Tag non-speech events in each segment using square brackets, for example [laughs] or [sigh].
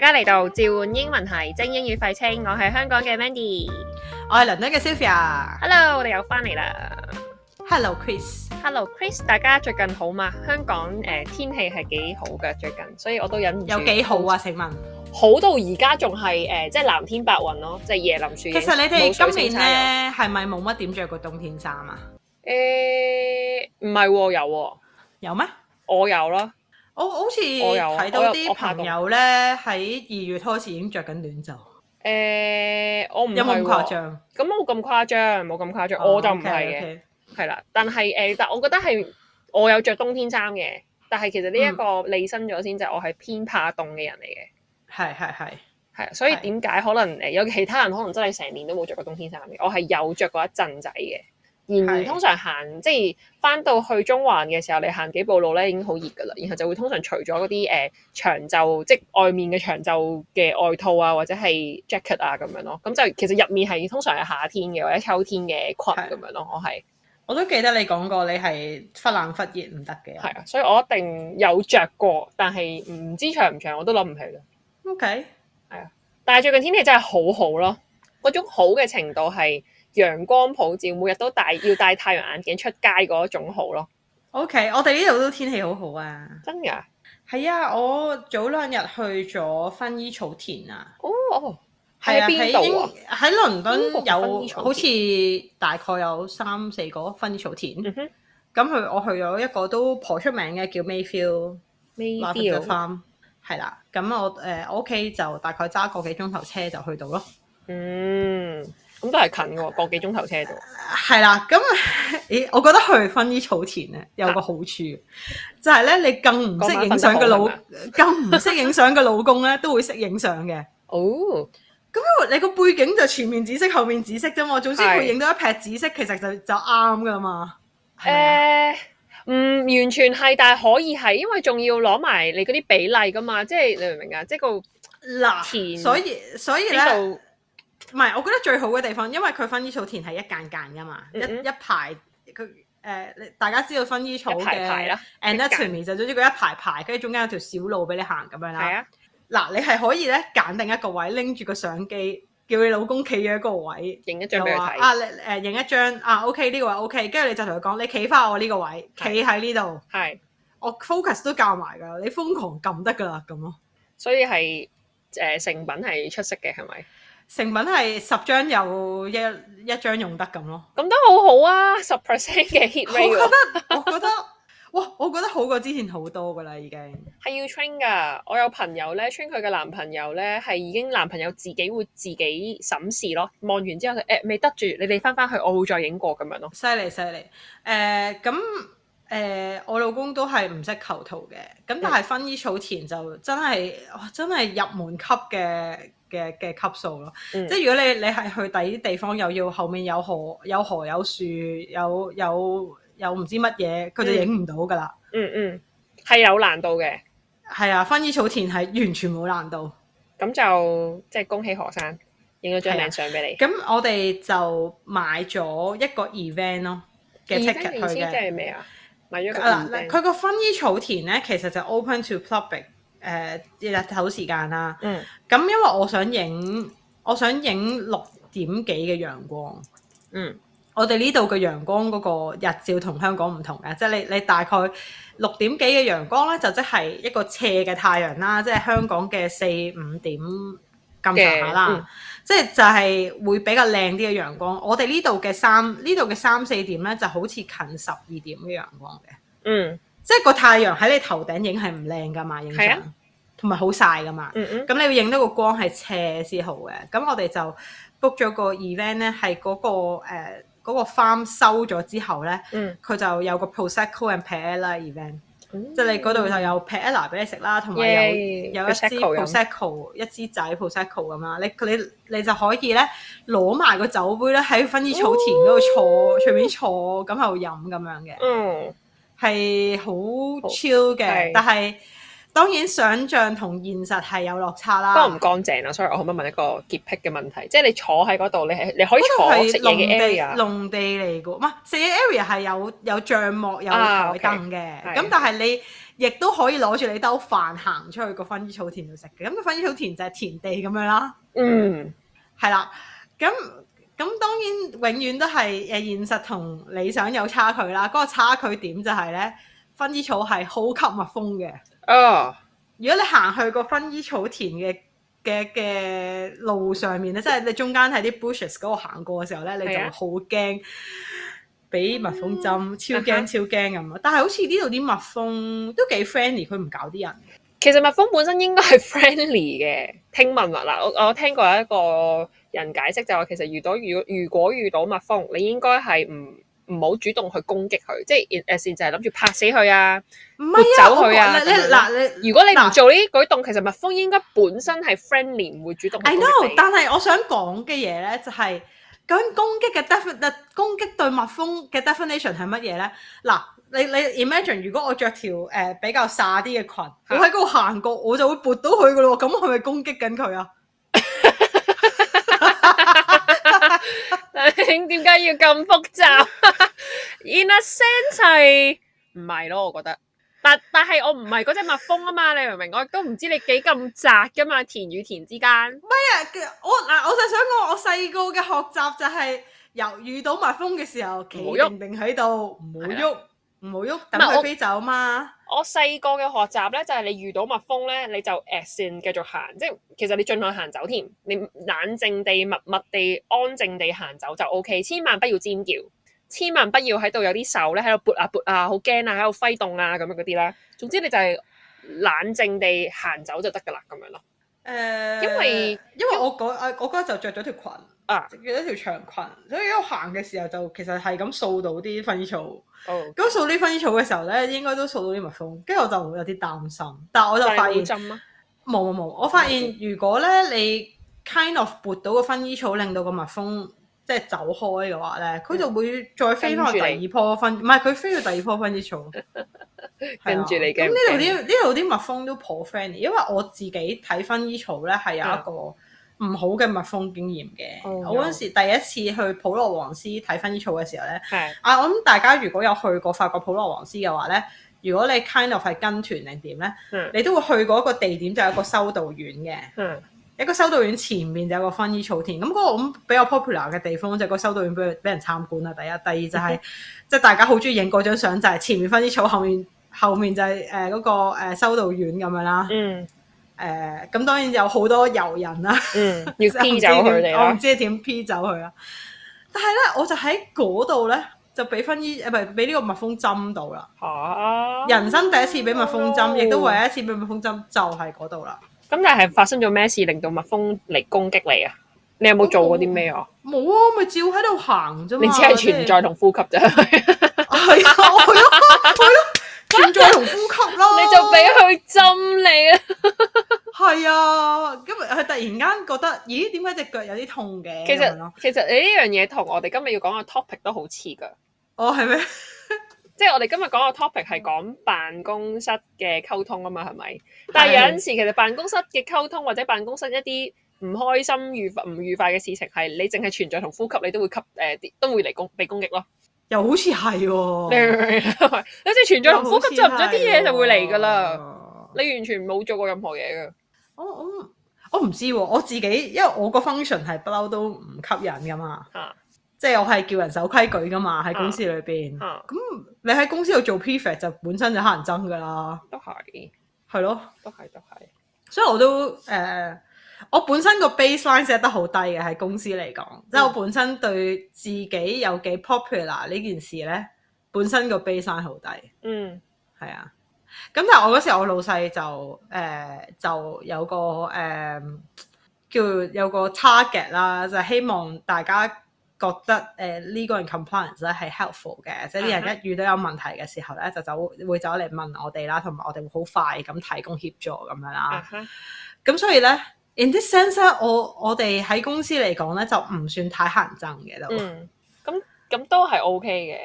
家嚟到召喚英文系精英與廢青，我係香港嘅 Mandy。我係倫敦嘅 Sylvia。 Hello，我哋又翻嚟啦。 Hello Chris。 Hello Chris，大家最近好嘛？香港誒、呃天氣係幾好嘅最近，所以我都忍唔住。有幾好啊？？請問，好到而家仲係誒，即係藍天白雲咯，即係椰林樹其影。實你冇水星哋今差有年咧係咪冇乜點着過冬天衫啊？誒唔係喎，有喎，有咩？我有啦。我好似我有啊睇我有到啲我怕凍朋友咧喺二月開始已經着緊短袖，誒、呃我唔有冇咁係喎誇？張？哦咁冇咁誇張，冇咁誇張，我就唔係嘅。嘅。係啦，但係誒、呃但我覺得係我有着冬天衫嘅，但係其實呢嗯一個理身咗先，就係我係偏怕凍嘅人嚟嘅，係係係。係啊，所以係點解可能誒、呃有其他人可能真係成年都冇着過冬天衫嘅，我係有着過一陣仔嘅。然而係通常行即係翻到去中環嘅時候，你行幾步路咧已經好熱㗎啦，然後就會通常除咗嗰啲誒呃長袖，即係外面嘅長袖嘅外套啊，或者係 jacket 啊咁樣咯。咁就其實入面係通常係夏天嘅或者秋天嘅係裙咁樣咯，我係。我都記得你講過你係忽冷忽熱唔得嘅。係啊，所以我一定有着過，但係唔知長唔長我都諗唔起啦。 OK。但係最近天氣真係好好咯，嗰種好嘅程度係陽光普照，每日都戴要戴太陽眼鏡出街嗰種好咯， OK，我哋呢度都天氣好好啊。真㗎。係啊，我早兩日去咗薰衣草田啊。哦哦，係喺啊，邊度啊？英喺倫英國嘅敦薰衣草有好似大概有三四個薰衣草田。嗯咁哼佢我去咗一個都頗出名嘅叫 Mayfield Lavender ，Mayfield， Farm，係啦。咁我誒、呃我屋企就大概揸個幾鐘頭車就去到咯。嗯，咁都係近喎，個幾鐘頭車度。係啦，咁咦，我覺得去薰衣草田咧有個好處，就係咧你更唔識影相嘅嗰老晚瞓得，更唔識影相嘅老公咧都會識影相嘅。哦，因為你個背景就前面紫色，後面紫色啫嘛。總之佢係影到一撇紫色，其實就就啱噶啦嘛。係咪誒，唔啊呃嗯完全係，但係可以係，因為仲要攞埋你嗰啲比例㗎嘛，即係你明唔明啊？即係個田嗱，所以所以咧，呢唔度。係我覺得最好嘅地方，因為佢薰衣草田係一間間噶嘛，嗯嗯一一排佢誒、呃你大家知道薰衣草一排排嘅啦， anatomy 就總之佢一排排，跟住中間有條小路俾你行咁樣係啦。啊，嗱，你係可以咧揀定一個位，拎住個相機，叫你老公企咗一個位。影一就張俾佢話睇。啊，你誒影一張啊，OK 呢個位 OK，跟住你就同佢講，你企翻我呢個位，企喺呢度，係，我 focus 都教埋㗎，你瘋狂撳得㗎啦咁咯。所以係誒、呃成品係出色嘅，係咪？成品係十張有一一張用得咁咯。咁都好好啊，十 percent 嘅 hit 我 rate 覺喎得我覺得哇，我覺得好過之前好多㗎啦已經。係要 train 㗎。我有朋友咧 train 佢嘅男朋友咧，係已經男朋友自己會自己審視咯，望完之後佢誒、未得住，你哋翻翻去，我會再影過咁樣咯。犀利犀利，誒咁誒，我老公都係唔識構圖嘅，咁嗯但係薰衣草田就真係哇，真係入門級嘅嘅嘅級數咯。嗯即係如果你你係去第啲地方，又要後面有河、有河、有樹、有有有唔知乜嘢，佢就影唔到㗎啦。嗯嗯，係有難度嘅，係啊，薰衣草田係完全冇難度。咁就即係恭喜何生影咗張係啊靚相俾咁我哋就買咗一個 event 咯你。嘅 ticket 意去思即嘅。係咩啊？買咗個啊嗱， event 佢個薰衣草田咧，其實就 open to public 誒、日頭時間啦。嗯咁因為我想影，我想影六點幾嘅陽光。嗯我哋呢度嘅陽光嗰個日照同香港唔同嘅，即係你你大概六點幾嘅陽光咧，就即係一個斜嘅太陽啦，即係香港嘅四五點咁上下啦。嘅嗯即係就係會比較靚啲嘅陽光。我哋呢度嘅三呢度嘅三四點咧，就好似近十二點嘅陽光嘅。嗯即係個太陽喺你頭頂影係唔靚噶嘛，影係相啊同埋好曬噶嘛。嗯嗯咁你要影到個光係斜先好嘅。咁我哋就 book 咗個 event 咧，係嗰、個誒嗰、個 farm 收咗之後咧，嗯，佢就有個 prosecco and paella event，、嗯即係你嗰度就有 paella 俾你食啦，同埋有 Yay，有一支 Prosecco 飲 prosecco 一支仔 prosecco 咁啦。你你你就可以咧攞埋個酒杯咧喺薰衣草田嗰度坐，隨便坐咁喺度飲咁樣嘅。嗯係好係 chill 嘅，但係當然想像同現實係有落差啦。乾唔乾淨啊？sorry，我可唔可以問一個潔癖嘅問題？即係你坐喺嗰度，你係你可以嗰坐度食係嘢農嘅地 area，農地嚟嘅，唔係食嘢 area 係有有帳幕有啊台，OK，凳嘅。係咁但係亦都可以攞住你兜飯行出去個薰衣草田度食嘅。咁、個薰衣草田就係田地咁樣啦，嗯，係啦。咁咁當然永遠都係誒現實同理想有差距啦。嗰、個差距點就係咧，薰衣草係好吸蜜蜂嘅。啊，如果你行去個薰衣草田嘅嘅嘅路上 [laughs] 面咧，即係你中間喺啲 bushes 嗰度行過嘅時候咧，你就係啊好驚俾蜜蜂針，超啊驚哈超驚咁啊！但係好似呢度啲蜜蜂都幾 friendly，佢唔搞啲人。其實蜜蜂本身應該係 friendly 嘅，聽聞話嗱，我我聽過有一個人解釋就話，其實遇到如如果遇到蜜蜂，你應該係唔唔好主動去攻擊佢，即係誒先就係諗住拍死佢啊。唔係撥啊，走我佢啊覺得咁你樣你咯嗱你。如果你唔嗱做呢啲舉動，其實蜜蜂應該本身係 friendly，唔會主動去 I 攻 know，擊但係我想講嘅嘢咧，就係、究竟攻擊嘅 defin 攻擊對蜜蜂嘅 definition 係乜嘢咧？嗱，你你 imagine 如果我着條誒、呃比較颯啲嘅裙，我喺嗰度行過，我就會撥到佢噶咯喎，咁我係咪攻擊緊佢啊？你。 [laughs] 點解要咁複 [laughs] 雜？In a sense 係唔係咯？我覺得。但但係我唔係嗰只蜜蜂啊嘛，你明唔明？我亦都唔知你幾咁窄噶嘛，田與田之間。咩我嗱，我就想講我細個嘅學習就係、由遇到蜜蜂嘅時候，企唔好喐定定喺度，唔好係啦啊喐，唔好喐，唔等係佢我飛走嘛。我細個嘅學習咧，就係、你遇到蜜蜂咧，你就 as in 繼續行，即係其實你盡量行走添，你冷靜地、默默地、安靜地行走就 O、k 千萬不要尖叫，千萬不要喺度有啲手咧喺度撥啊撥啊，好驚啊，喺度揮動啊咁樣嗰啲啦。總之你就係冷靜地行走就得㗎啦，咁樣咯。誒，因為呃因為我嗰啊我嗰日就着咗條裙啊，着咗條長裙，所以我行嘅時候就其實係咁掃到啲薰衣草。哦，咁掃啲薰衣草嘅時候咧，應該都掃到啲蜜蜂，跟住我就有啲擔心。但係我就但發係現冇針啊，冇冇冇，我發現如果咧你 kind of 撥到個薰衣草，令到個蜜蜂即係走開嘅話咧，佢就會再飛翻去嗯第跟二住你棵薰，唔係佢飛去第二棵 [laughs] 薰衣草。跟住你係啊驚咁唔呢度驚啲呢度啲蜜蜂都頗 friendly，因為我自己睇薰衣草咧係有啊一個唔好嘅蜜蜂經驗嘅。 Oh no 我嗰陣時第一次去普羅旺斯睇薰衣草嘅時候咧，係啊，我諗大家如果有去過法國普羅旺斯嘅話咧，如果你 kind of 係跟團定點咧，嗯你都會去過一個地點，就有一個修道院嘅。嗯一個修道院前面就有個薰衣草田，咁、嗰個咁比較 popular 嘅地方就係個修道院俾俾人參觀啦。第 [laughs] 一，第二就係、即係大家好中意影嗰張相，就係、前面薰衣草，後面後面就係誒嗰個、呃、修道院咁樣啦。誒、嗯咁當然有好多遊人啦，嗯， [laughs] 要我唔飛知走佢哋點我唔啦，知點 P 走佢啦。但係咧，我就喺嗰度咧就俾薰衣誒呃唔係俾呢個蜜蜂針到啦。嚇人生第一次俾蜜蜂針，亦都唯咁一一次俾蜜蜂針就係嗰度啦。但係發生咗咩事令到蜜蜂嚟攻擊你啊？你有冇做過啲咩啊？冇啊，咪照喺度行啫嘛。你只係即係存在同呼吸啫，你 [laughs] 係啊，係咯，係 [laughs] 咯，存在同呼吸咯。就俾佢針你哦啊！係啊，咁佢突然間覺得，咦？點解隻腳有啲痛嘅？其咁樣咯實其實你呢樣嘢同我哋今日要講嘅 topic 都好似噶，哦，係咩？即係我哋今日講嘅 topic 係講辦公室嘅溝通啊嘛，係咪？但係有陣時其實辦公室嘅溝通或者辦公室一啲唔開心、愉快唔愉快嘅事情，係你淨係存在同呼吸，你都會吸誒啲、都會嚟攻被攻擊咯。又好似係你明喎，唔明啊？ [laughs] 你只存在同呼吸就唔咗啲嘢就會嚟噶啦，啦。你完全冇做過任何嘢噶。我我我唔知喎，我自己因為我個 function 係不嬲都唔吸引噶嘛，啊即係我係叫人守規矩噶嘛喺公司裏邊。咁、啊，你喺公司度做 prefect 就本身就乞人憎噶啦，都係，係咯。都係，都係。所以我都誒、呃我本身個 baseline set 得好低嘅喺公司嚟講，即係我本身對自己有幾 popular 呢件事咧，本身個 baseline 好低，嗯。係啊。咁但係我嗰時我老細就誒、呃就有個誒、呃叫有個 target 啦，就係希望大家覺得呃誒呢、個人 compliance 咧係 helpful 嘅，即係啲嗯哼人一遇到有問題嘅時候咧，就走會走嚟問我哋啦，同埋我哋會好快咁提供協助咁樣啦。啊哈，咁所以咧，in this sense 咧，我我哋喺公司嚟講咧，就唔算太乞人憎嘅都，嗯，咁咁都係 OK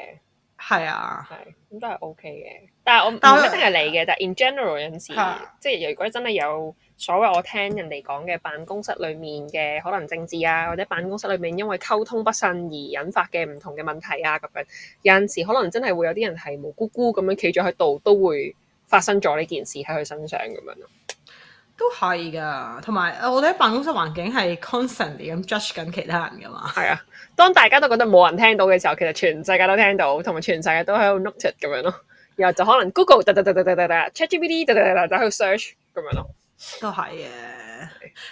係、啊嘅，，係咁都係 OK 嘅。但係我唔但唔係一定係你嘅，但係 in general 有陣時嚇，即係如果真係有所謂我聽人哋講嘅辦公室裡面嘅可能政治啊，或者辦公室裡面因為溝通不慎而引發嘅唔同嘅問題啊咁樣，有陣時可能真係會有啲人係無辜辜咁樣企咗喺度都會。發生咗呢件事喺佢身上咁樣咯。都係噶，同埋呃我哋喺辦公室環境係 constantly 咁 judge 緊其他人噶嘛。係啊，當大家都覺得冇人聽到嘅時候，其實全世界都聽到，同埋全世界都喺度 noted 咁樣咯。然後就可能 Google 哒哒哒哒哒哒哒，ChatGPT 哒哒哒哒喺度 search 咁樣咯。都係嘅。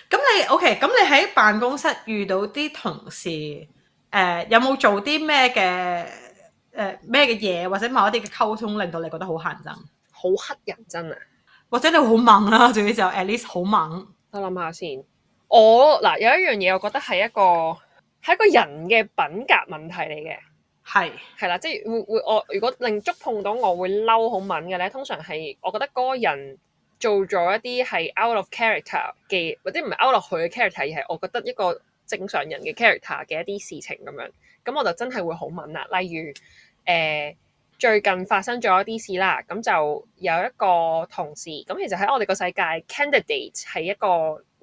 咁你 OK？咁你喺辦公室遇到啲同事，誒、有冇做啲咩嘅誒咩嘅嘢，或者某一啲嘅溝通，令到你覺得好閒憎，好黑人憎啊！或者你好猛啦、總之就 at least 好猛。我諗下先，我嗱有一樣嘢，我覺得係一個係一個人嘅品格問題嚟嘅。係係啦，即係會會我如果令觸碰到我會嬲好敏嘅咧，通常係我覺得嗰個人做咗一啲係 out of character 嘅，或者唔係 out of 佢嘅 character，而係我覺得一個正常人嘅 character 嘅一啲事情咁樣，咁我就真係會好敏啦。例如誒、呃最近發生咗一啲事啦，咁就有一個同事，咁其實喺我哋個世界，candidate 係一個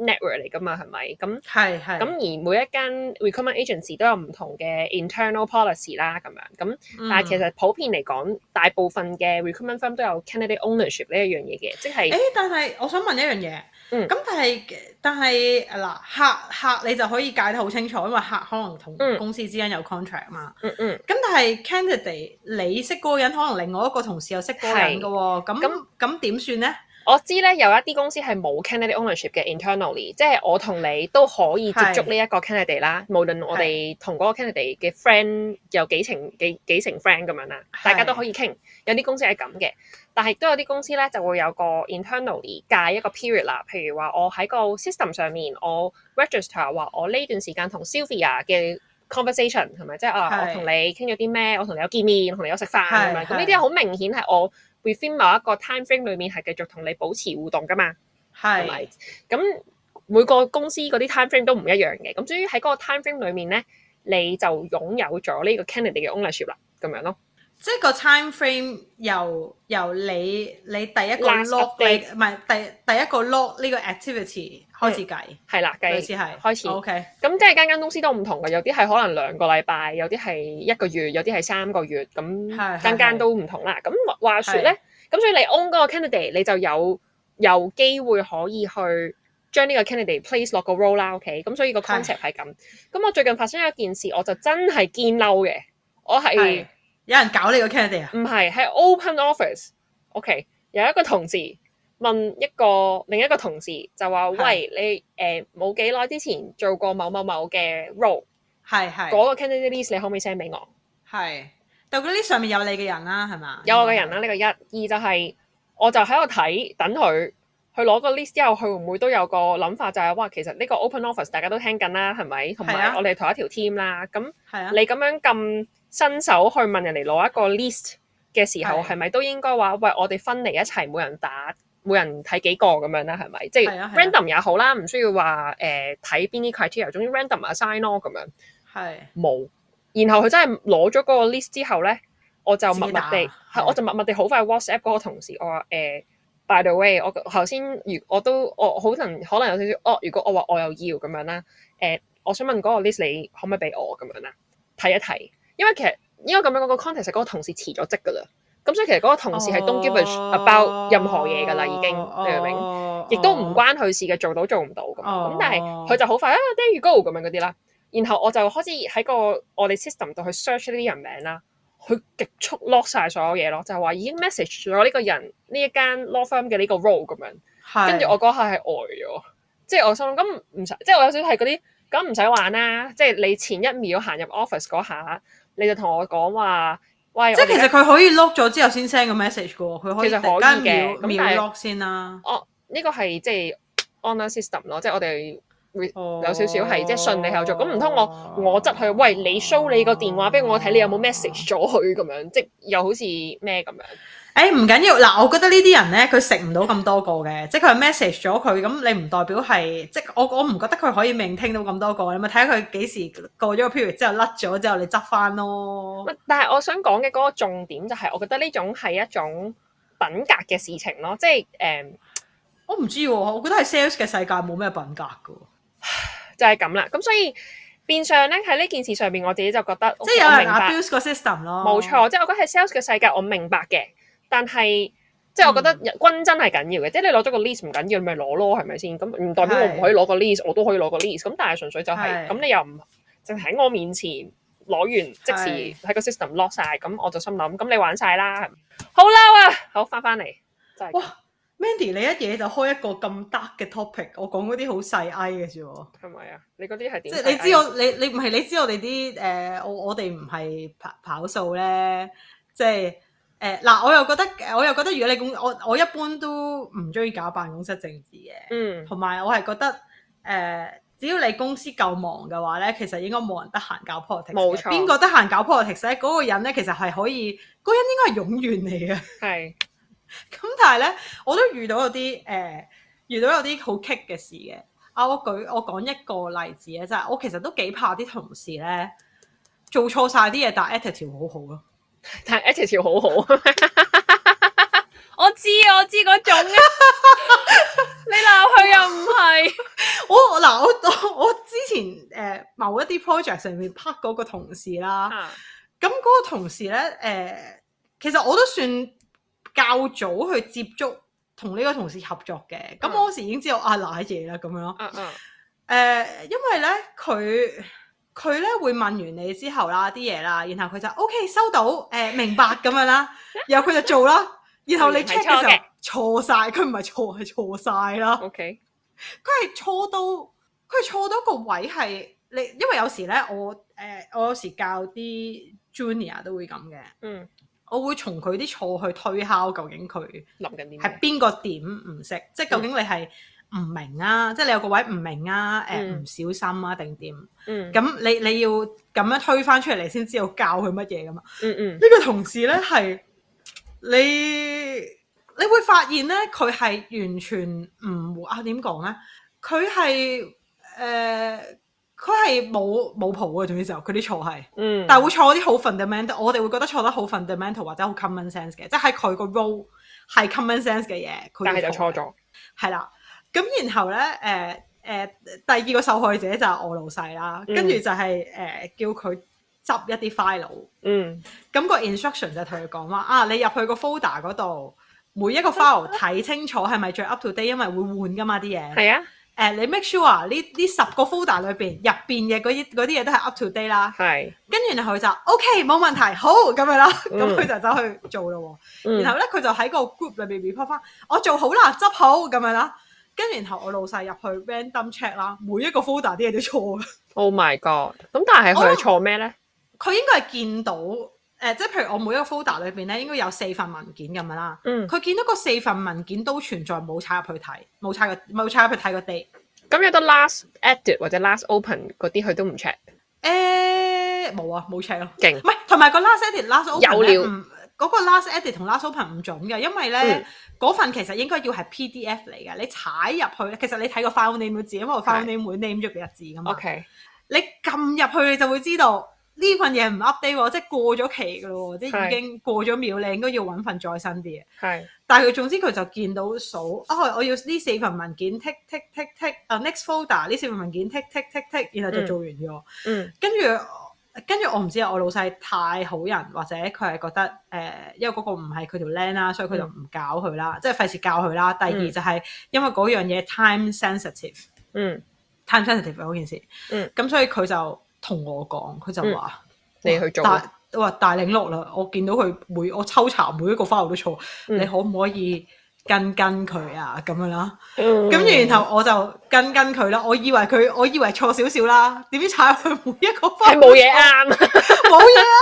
network 嚟噶嘛，係咪？咁係係。咁而每一間 recruitment agency 都有唔同嘅 internal policy 啦，咁樣咁，但係其嗯實普遍嚟講，大部分嘅 recruitment firm 都有 candidate ownership 呢一樣嘢嘅，即係誒、但係我想問一樣嘢，嗯咁但係但係嗱，客客你就可以界得好清楚，因為客可能同嗯公司之間有 contract 嘛。嗯嗯，咁但係 candidate 你識嗰個人，可能另外一個同事又識嗰個人嘅喎，咁咁咁點算咧？我知咧有一啲公司係冇 candidate ownership 嘅 internally，即係我同你都可以接觸呢一個 candidate 啦，無論我哋同嗰個 candidate 嘅 friend 有幾成幾幾成 friend 咁樣啦，大家都可以傾。有啲公司係咁嘅，但係亦都有啲公司咧就會有個 internally 界一個 period 啦。譬如話我喺個 system 上面，我 register 話我呢段時間同 Sylvia 嘅 conversation 係咪？即係啊，係我同你傾咗啲咩？我同你有見面，同你有食飯咁係樣。咁係呢啲好明顯係我 within 某一個 time frame 裡面係繼續同你保持互動噶嘛，係咪係？咁每個公司嗰啲 time frame 都唔一樣嘅。咁所以喺嗰個 time frame 裡面咧，你就擁有咗呢個 candidate 嘅 ownership 啦，咁樣咯。即係個 time frame 由由你你第一個 Last log 你 update 唔係第第一個 log 呢個 activity 開始計，係啦，類嗯計似係開始 OK 咁即係間間公司都唔同嘅，有啲係可能兩個禮拜，有啲係一個月，有啲係三個月，係係咁間間都唔同啦。咁話話説咧，咁所以你 own 嗰個 candidate，你就有有機會可以去將呢個 candidate place 落個 role 啦。OK，咁所以個係 concept 係咁。咁我最近發生一件事，我就真係見嬲嘅，我係係有人搞你個 candidate 啊？唔係喺 open office。OK，有一個同事問一個另一個同事就話：係喂，你誒冇幾耐之前做過某某某嘅 role。係係。嗰個 candidate list 你可唔可以 send 俾我？係，但嗰啲上面有你嘅人啦，係嘛？嗯有我嘅人啦，呢、個一，二就係、我就喺度睇等佢，佢攞個 list 之後，佢會唔會都有個諗法就係、哇，其實呢個 open office 大家都聽緊啦，係咪？同係啊埋我哋同一條 team 啦，咁係啊你，咁樣咁新手去問人哋攞一個 list 嘅時候，係係咪都應該話喂，我哋分嚟一齊，每人打，每人睇幾個咁樣啦，係咪？即係係啊係啊 random 也好啦，唔需要話誒睇邊啲 criteria，總之 random assign 咯咁樣。係冇。然後佢真係攞咗嗰個 list 之後咧，我就默默自己地打係，我就默默地好快 WhatsApp 嗰個同事，我話誒、b y the way，我頭先如我都我可能可能有少少哦，如果我話我又要咁樣啦，誒、我想問嗰個 list 你可唔可以俾我咁樣啦，睇一睇，因為其實應該咁樣嗰個 context 係嗰個同事辭咗職㗎啦，咁所以其實嗰個同事係 don't give a shit 哦 about 任何嘢㗎啦，已經你明唔明？明亦都唔。關佢事嘅，做到做唔到咁樣。咁、哦但係佢就好快啊，there you go 咁樣嗰啲啦。然後我就開始喺個我哋 system 度去 search 呢啲人名啦，佢極速 lock 晒所有嘢咯，就係話已經 message 咗呢個人呢一間 law firm 嘅呢個 role 咁樣。係跟住我嗰下係呆咗，即係我心諗咁唔使，即係我有少少係嗰啲咁唔使玩啦。即係你前一秒行入 office 嗰下，你就同我講話，喂，即係我哋其實佢可以 lock 咗之後先 send 個 message 嘅喎，佢可以其實突可以嘅然間秒咁秒但係 lock 先啦。哦，呢個係即係 online system 咯，即係我哋會哦有少少係即係順利後續。咁唔通我我執佢，喂你 show 你個電話俾我睇，你有冇 message 咗佢咁樣，即係又好似咩咁樣？誒唔緊要嗱，我覺得呢啲人咧，佢食唔到咁多個嘅，即係佢係 message 咗佢，咁你唔代表係，即係我我唔覺得佢可以命聽到咁多個，你咪睇下佢幾時過咗個 period 之後甩咗之後，你執翻咯。乜但係我想講嘅嗰個重點就係，我覺得呢種係一種品格嘅事情咯，即係誒、我唔知喎，我覺得喺 sales 嘅世界冇咩品格嘅喎。就係咁啦。咁所以變相咧喺呢件事上面，我自己就覺得即係有我人明白 abuse 個 system 咯。冇錯，即係我覺得喺 sales 嘅世界，我明白嘅，但係即係我覺嗯得均真係緊要嘅，即係你攞咗個 list 唔緊要，你咪攞咯，係咪先？咁唔代表我唔可以攞個 list，我都可以攞個 list。咁但係純粹就係、係咁，你又唔淨喺我面前攞完，即時喺個 system lock 晒，咁我就心諗，咁你玩晒啦，係咪好嬲啊！好翻翻嚟，就係咁哇 Mandy，你一嘢就開一個咁 dark 嘅 topic，我講嗰啲好細埃嘅啫喎。係咪啊？你嗰啲係即點睇啊？係你知我你你唔係你知我哋啲誒，我我哋唔係跑跑數咧，即係誒嗱，我又覺得我又覺得，如果你公我我一般都唔中意搞辦公室政治嘅，嗯同埋我係覺得誒、只要你公司夠忙嘅話咧，其實應該冇人得閒搞 politics 嘅。冇錯邊個得閒搞 politics 咧？嗰、個人咧其實係可以，嗰、個人應該係冗員嚟嘅。係咁但係咧，我都遇到有啲誒、呃遇到有啲好棘嘅事嘅。啊，我舉我講一個例子咧，啊就係、我其實都幾怕啲同事咧做錯晒啲嘢，但係 attitude 好好咯。 [laughs] 但係 attitude 好好， [laughs] 我知我知嗰種 [laughs] 啊，你鬧佢又唔係，我我嗱我 [laughs] 我我之前誒、某一啲 project 上面拍嗰個同事啦，啊咁嗰個同事咧誒、其實我都算較早去接觸同呢個同事合作嘅。咁嗯我嗰時已經知道啊嗱嘢啦咁樣咯。啊啊誒、呃因為咧佢佢咧會問完你之後啦啲嘢啦，然後佢就 O、k 收到，誒、明白咁樣啦，然後佢就做啦，然後你嗯係 check 嘅錯嘅時候錯晒，佢唔係錯係錯晒啦， ，OK。佢係錯到佢係錯到個位係你，因為有時咧我誒、我有時教啲 junior 都會咁嘅，嗯，我會從佢啲錯去推敲究竟佢。諗緊啲係咩？邊個點唔識？即係嗯究竟你係唔明啊？即係你有個位唔明啊？誒、嗯唔小心啊定點？嗯咁你你要咁樣推返出嚟，你先知道教佢乜嘢噶嘛？呢、嗯嗯，個同事咧係你你會發現咧，佢係完全唔啊點講咧？佢係誒佢係冇冇譜嘅，總之就佢啲錯係。嗯，但係會錯啲好 fundamental，我哋會覺得錯得好 fundamental 或者好 common sense 嘅，即係喺佢個 role 係 common sense 嘅嘢，佢但係就錯錯，咗。係啦。咁然後咧，誒、誒、第二個受害者就係我老細啦，嗯跟住就係、誒、叫佢執一啲 file，嗯咁、個 instruction 就同佢講話啊，你入去個 folder 嗰度，每 [laughs] 一個 file 睇清楚係咪最 up to date，因為會換噶嘛啲嘢。係啊，誒、你 make sure 啊呢呢十個 folder 裏邊入邊嘅嗰啲嗰啲嘢都係 up to date 啦。係。跟住然後佢就 OK 冇問題，好咁樣啦，咁嗯佢就走去做咯喎。嗯然後咧佢就喺個 group 裏邊 report 翻，我做好啦，執好咁樣啦。跟住然後我老細入去 random check 啦，每一個 folder 啲嘢都錯嘅。 Oh my god！咁但係佢係錯咩咧？佢應該係見到誒、呃即係譬如我每一個 folder 裏邊咧，應該有四份文件咁樣啦。嗯，佢見到嗰四份文件都存在，冇踩入去睇，冇踩個冇踩入去睇個 date。咁有得 last edit 或者 last open 嗰啲，佢都唔 check，誒冇啊，冇 check 咯。勁唔係，同埋個 last edit、last open 有咧料唔嗰個 last edit 同 last open 唔準嘅，因嗯為咧嗰、份其實應該要係 PDF 嚟嘅，你踩入去，其實你睇個 file name 個字，因為個 file 係 name 會 name 咗個日字噶嘛。 OK，你撳入去你就會知道呢份嘢唔 update 喎，即係過咗期嘅咯喎，即係係已經過咗秒，你應該要揾份再新啲嘅。係但係佢總之佢就見到數，哦，我要呢四份文件剔剔剔剔，啊 next folder 呢四份文件剔剔剔剔，然後就嗯做完咗。嗯跟住跟住我唔知啊，我老細太好人，或者佢係覺得誒、呃因為嗰個唔係佢條僆啦，所以佢就唔教佢啦，即係費事教佢啦。第二嗯就係因為嗰樣嘢 time sensitive，time 嗯， sensitive 嗰件事，嗯咁所以佢就同我講，佢就話、你去做大我話大領落啦，我見到佢每我抽查每一個 file 都錯，嗯你可唔可以跟跟佢啊咁樣啦？咁咁然後我就跟跟佢啦，我以為佢我以為錯少少啦，點知踩入去每一個 file 係冇嘢啱，冇嘢啊！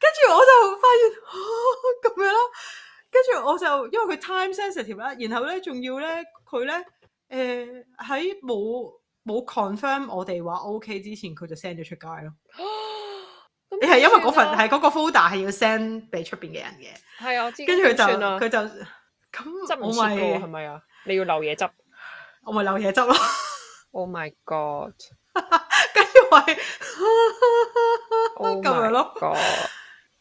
跟住我就發現啊咁、樣啦，跟住我就因為佢 time sensitive 啦，然後咧仲要咧佢咧誒喺冇冇 confirm 我哋話 OK 之前，佢就 send 咗出街咯。 [laughs] 你係因為嗰份啊係嗰個 folder 係要 send 俾出邊嘅人嘅，係啊，我知。跟住佢就算啦佢就執咁唔我切嘅喎係咪咪啊？你要留嘢執。我咪漏嘢執咯。 [laughs] Oh my [laughs] god！Oh 跟住我係 [laughs] 咁樣 Oh my 咯。 god！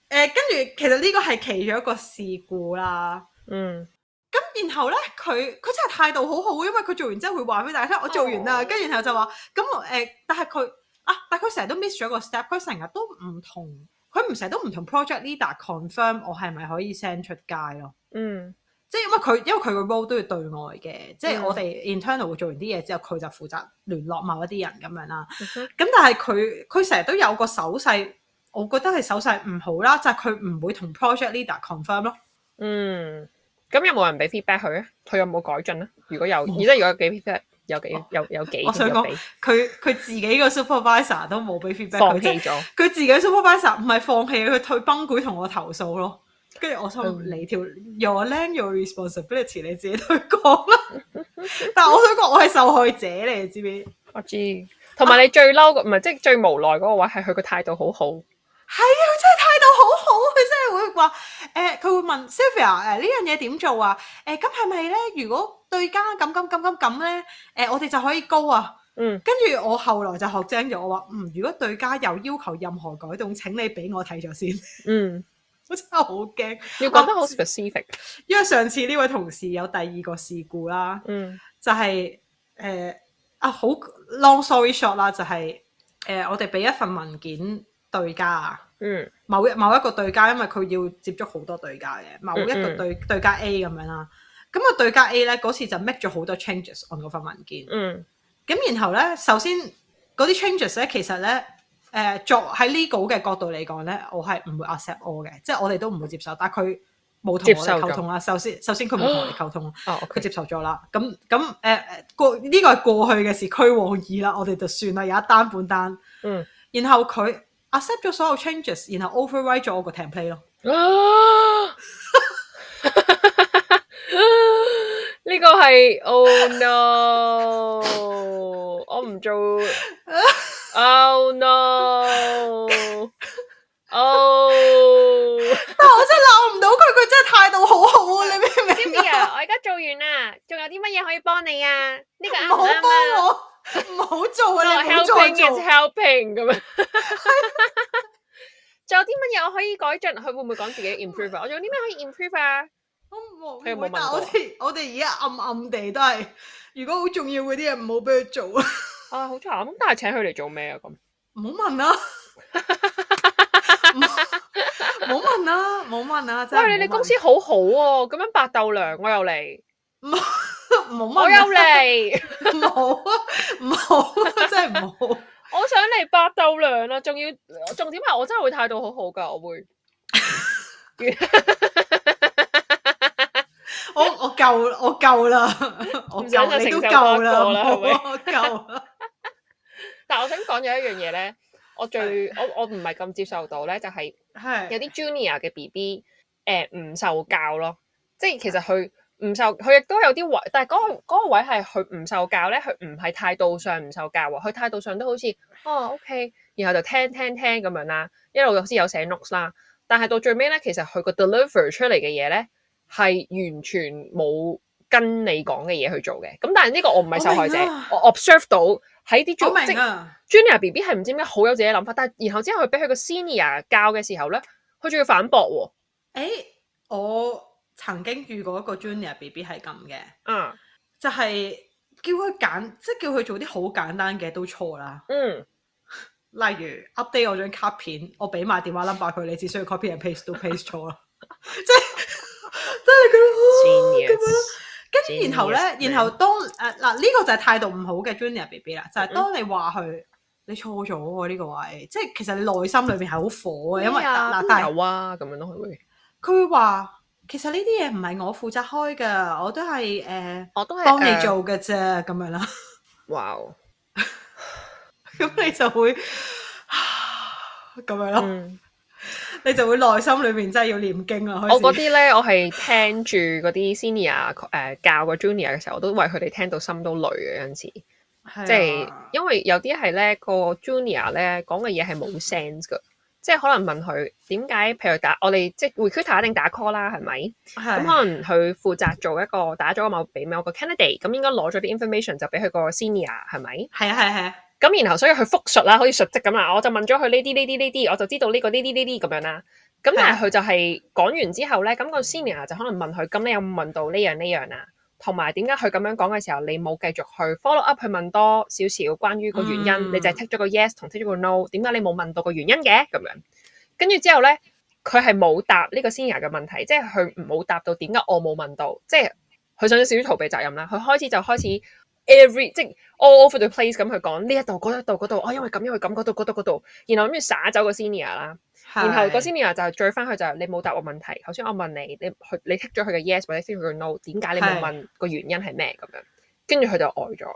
呃誒，跟住其實呢個係其中一個事故啦。嗯，咁然後咧，佢佢真係態度好好，因為佢做完之後會話俾大家聽，我做完啦。哦跟住然後就話咁誒，但係佢啊，但係佢成日都 miss 咗一個 step，佢成日都唔同，佢唔成日都唔同 project leader confirm 我係咪可以 send 出街咯。嗯即係因為佢因為佢個 role 都要對外嘅，即係嗯我哋 internal 會做完啲嘢之後，佢就負責聯絡某一啲人咁樣啦。嗯哼咁但係佢佢成日都有個手勢，我覺得係手勢唔好啦，就係佢唔會同 project leader confirm 咯。嗯，咁有冇人俾 feedback 佢啊？佢有冇改進啊？如果有，而冇即係如果有幾 feedback，有幾有有幾我想有講俾佢佢自己個 supervisor 都冇俾 feedback 放佢，即係棄咗，佢自己 supervisor 唔係放棄，佢退崩潰同我投訴咯。跟住我心諗嗯你條 your land your responsibility 你自己都講啦。 [laughs] 但係我想講我係受害者嚟，你知唔知？我知。同埋你最嬲個唔係即係最無奈嗰個位係佢個態度好好。係啊，佢真係態度好好，佢真係會話誒，佢、會問 Sylvia 誒、呢樣嘢點做啊？誒咁係咪咧？如果對家咁咁咁咁咁咧，誒、我哋就可以高啊！嗯跟住我後來就學精咗，我話嗯，如果對家有要求任何改動，請你俾我睇咗先。嗯，我真係好驚，要講得好 specific。因為上次呢位同事有第二個事故啦，嗯就係、呃啊好 long story short 啦，就係、呃我哋俾一份文件對家啊。嗯某一某一個對家，因為佢要接觸好多對家嘅，某一嗯個嗯對對家 A 咁樣啦。咁個對家 A 咧嗰次就 make 咗好多 changes on 嗰份文件。嗯咁然後咧，首先嗰啲 changes 咧，其實咧，誒、作喺 legal 嘅角度嚟講咧，我係唔會 accept all 嘅，即係我哋都唔會接受。但係佢冇同接我受哋咗溝通啦。首先，首先佢冇同我哋溝通，哦佢 OK 接受咗啦。咁咁誒誒過呢個係過去嘅事，俱往矣啦。我哋就算啦，有一單半單。嗯然後佢 accept 咗所有 changes，然後 override 咗我個 template 咯。啊！ [laughs] 呢個係 Oh no！我唔做 Oh no！Oh！ [laughs] 但我真係鬧唔到佢，佢真係態度好好啊！你明唔明？ Sylvia，我而家做完啦，仲有啲乜嘢可以幫你啊？呢個啱唔唔好啱啊？幫我，唔好做啊！你唔好 à? helping 再做 is。helping [laughs] 咁樣。仲有啲乜嘢我可以改進？佢會唔會講自己 improve à? 啊？我仲有啲咩可以 improve à? 啊？我佢有冇，唔冇問過會但我哋 [laughs] 我哋而家暗暗地都係，如果好重要嗰啲嘢唔好俾佢 [laughs] 做啊！啊，好慘！咁但係請佢嚟做咩啊？咁唔好問啦，唔好唔好問啦，唔好問啦！真係唔好喂，問你哋公司好好喎，咁樣白豆娘，我又嚟，唔好我問又啦，嚟， [laughs] 唔好啊，唔好啊，真係唔好。我想嚟白豆娘啦！仲要重點係我真係會態度好好㗎，我會。我我夠我夠啦，我唔想再夠你都承受多一夠個啦，啦係咪唔好啊夠啦。但係我想講有一樣嘢咧，我最我我唔係咁接受到咧，就係、[laughs] 係有啲 junior 嘅 B B 誒唔受教咯，即係其啊實佢唔受，佢亦都有啲位，但係嗰、個嗰個位係佢唔受教咧，佢唔係態度上唔受教喎，佢態度上都好似哦 OK，然後就聽聽聽咁樣啦，一路好似有寫 notes 啦，但係到最尾咧，其實佢個 deliver 出嚟嘅嘢咧係完全冇跟你講嘅嘢去做嘅，咁但係呢個我唔係受害者我明啊，我 observe 到喺啲 ju- 我即明啊， Junior B B 係唔知點解好有自己嘅諗法，但係然後之後佢俾佢個 Senior 教嘅時候咧，佢仲要反駁喎。誒我曾經遇過一個 junior B B 係咁嘅，啊，就係、叫佢揀，即係叫佢做啲好簡單嘅都錯啦。嗯，例如 update 我張卡片，我俾埋電話 number 佢，你只需要 copy and paste 都 paste 錯啦。 [laughs] 即係即係你覺得啊咁樣啦。跟住然後咧， Genius 然後當誒嗱呢個就係態度唔好嘅 junior B B 啦，就係、當你話佢你錯咗喎呢個位，即係其實你內心裏面係好火嘅，因為咩啊邊嗱但係有啊咁樣咯，佢會佢會話其實呢啲嘢唔係我負責開㗎，我都係哦誒、呃、我都係幫你。做嘅啫咁樣啦。哇， [laughs] 咁你就會咁樣咯，嗯，你就會內心裏面真係要念經啦。開始我嗰啲咧，我係聽住嗰啲 Senior 誒、教個 Junior 嘅時候，我都為佢哋聽到心都累嘅有陣時。即係係啊因為有啲係咧個 junior 咧講嘅嘢係冇 sense 㗎，即係可能問佢點解，譬如打我哋即係 recruiter 一定打 call 啦，係咪？咁係可能佢負責做一個打咗個某俾某個 candidate，咁應該攞咗啲 information 就俾佢個 senior 係咪？係啊係啊係啊咁然後所以佢復述啦，好似述職咁啦，我就問咗佢呢啲呢啲呢啲，我就知道呢個呢啲呢啲咁樣啦。咁但係佢就係講完之後咧，咁個 senior 就可能問佢，咁你有冇問到呢樣呢樣啊？同埋點解佢咁樣講嘅時候，你冇繼續去 follow up 去問多少少關於個原因，嗯你就係 tick 咗個 yes 同 tick 咗個 no，點解你冇問到個原因嘅咁樣？跟住之後咧，佢係冇答呢個 senior 嘅問題，即係佢冇答到點解我冇問到，即係佢想少少逃避責任啦。佢開始就開始 every 即係 all over the place 咁去講呢一度嗰一度嗰度，哦因為咁因為咁嗰度嗰度嗰度，然後諗住耍走個 senior 啦。然後個 senior 就追翻佢就係你冇答我問題，頭先我問你，你佢你剔咗佢嘅 yes 或者剔咗佢 no，點解你冇係問個原因係咩咁樣？跟住佢就呆咗，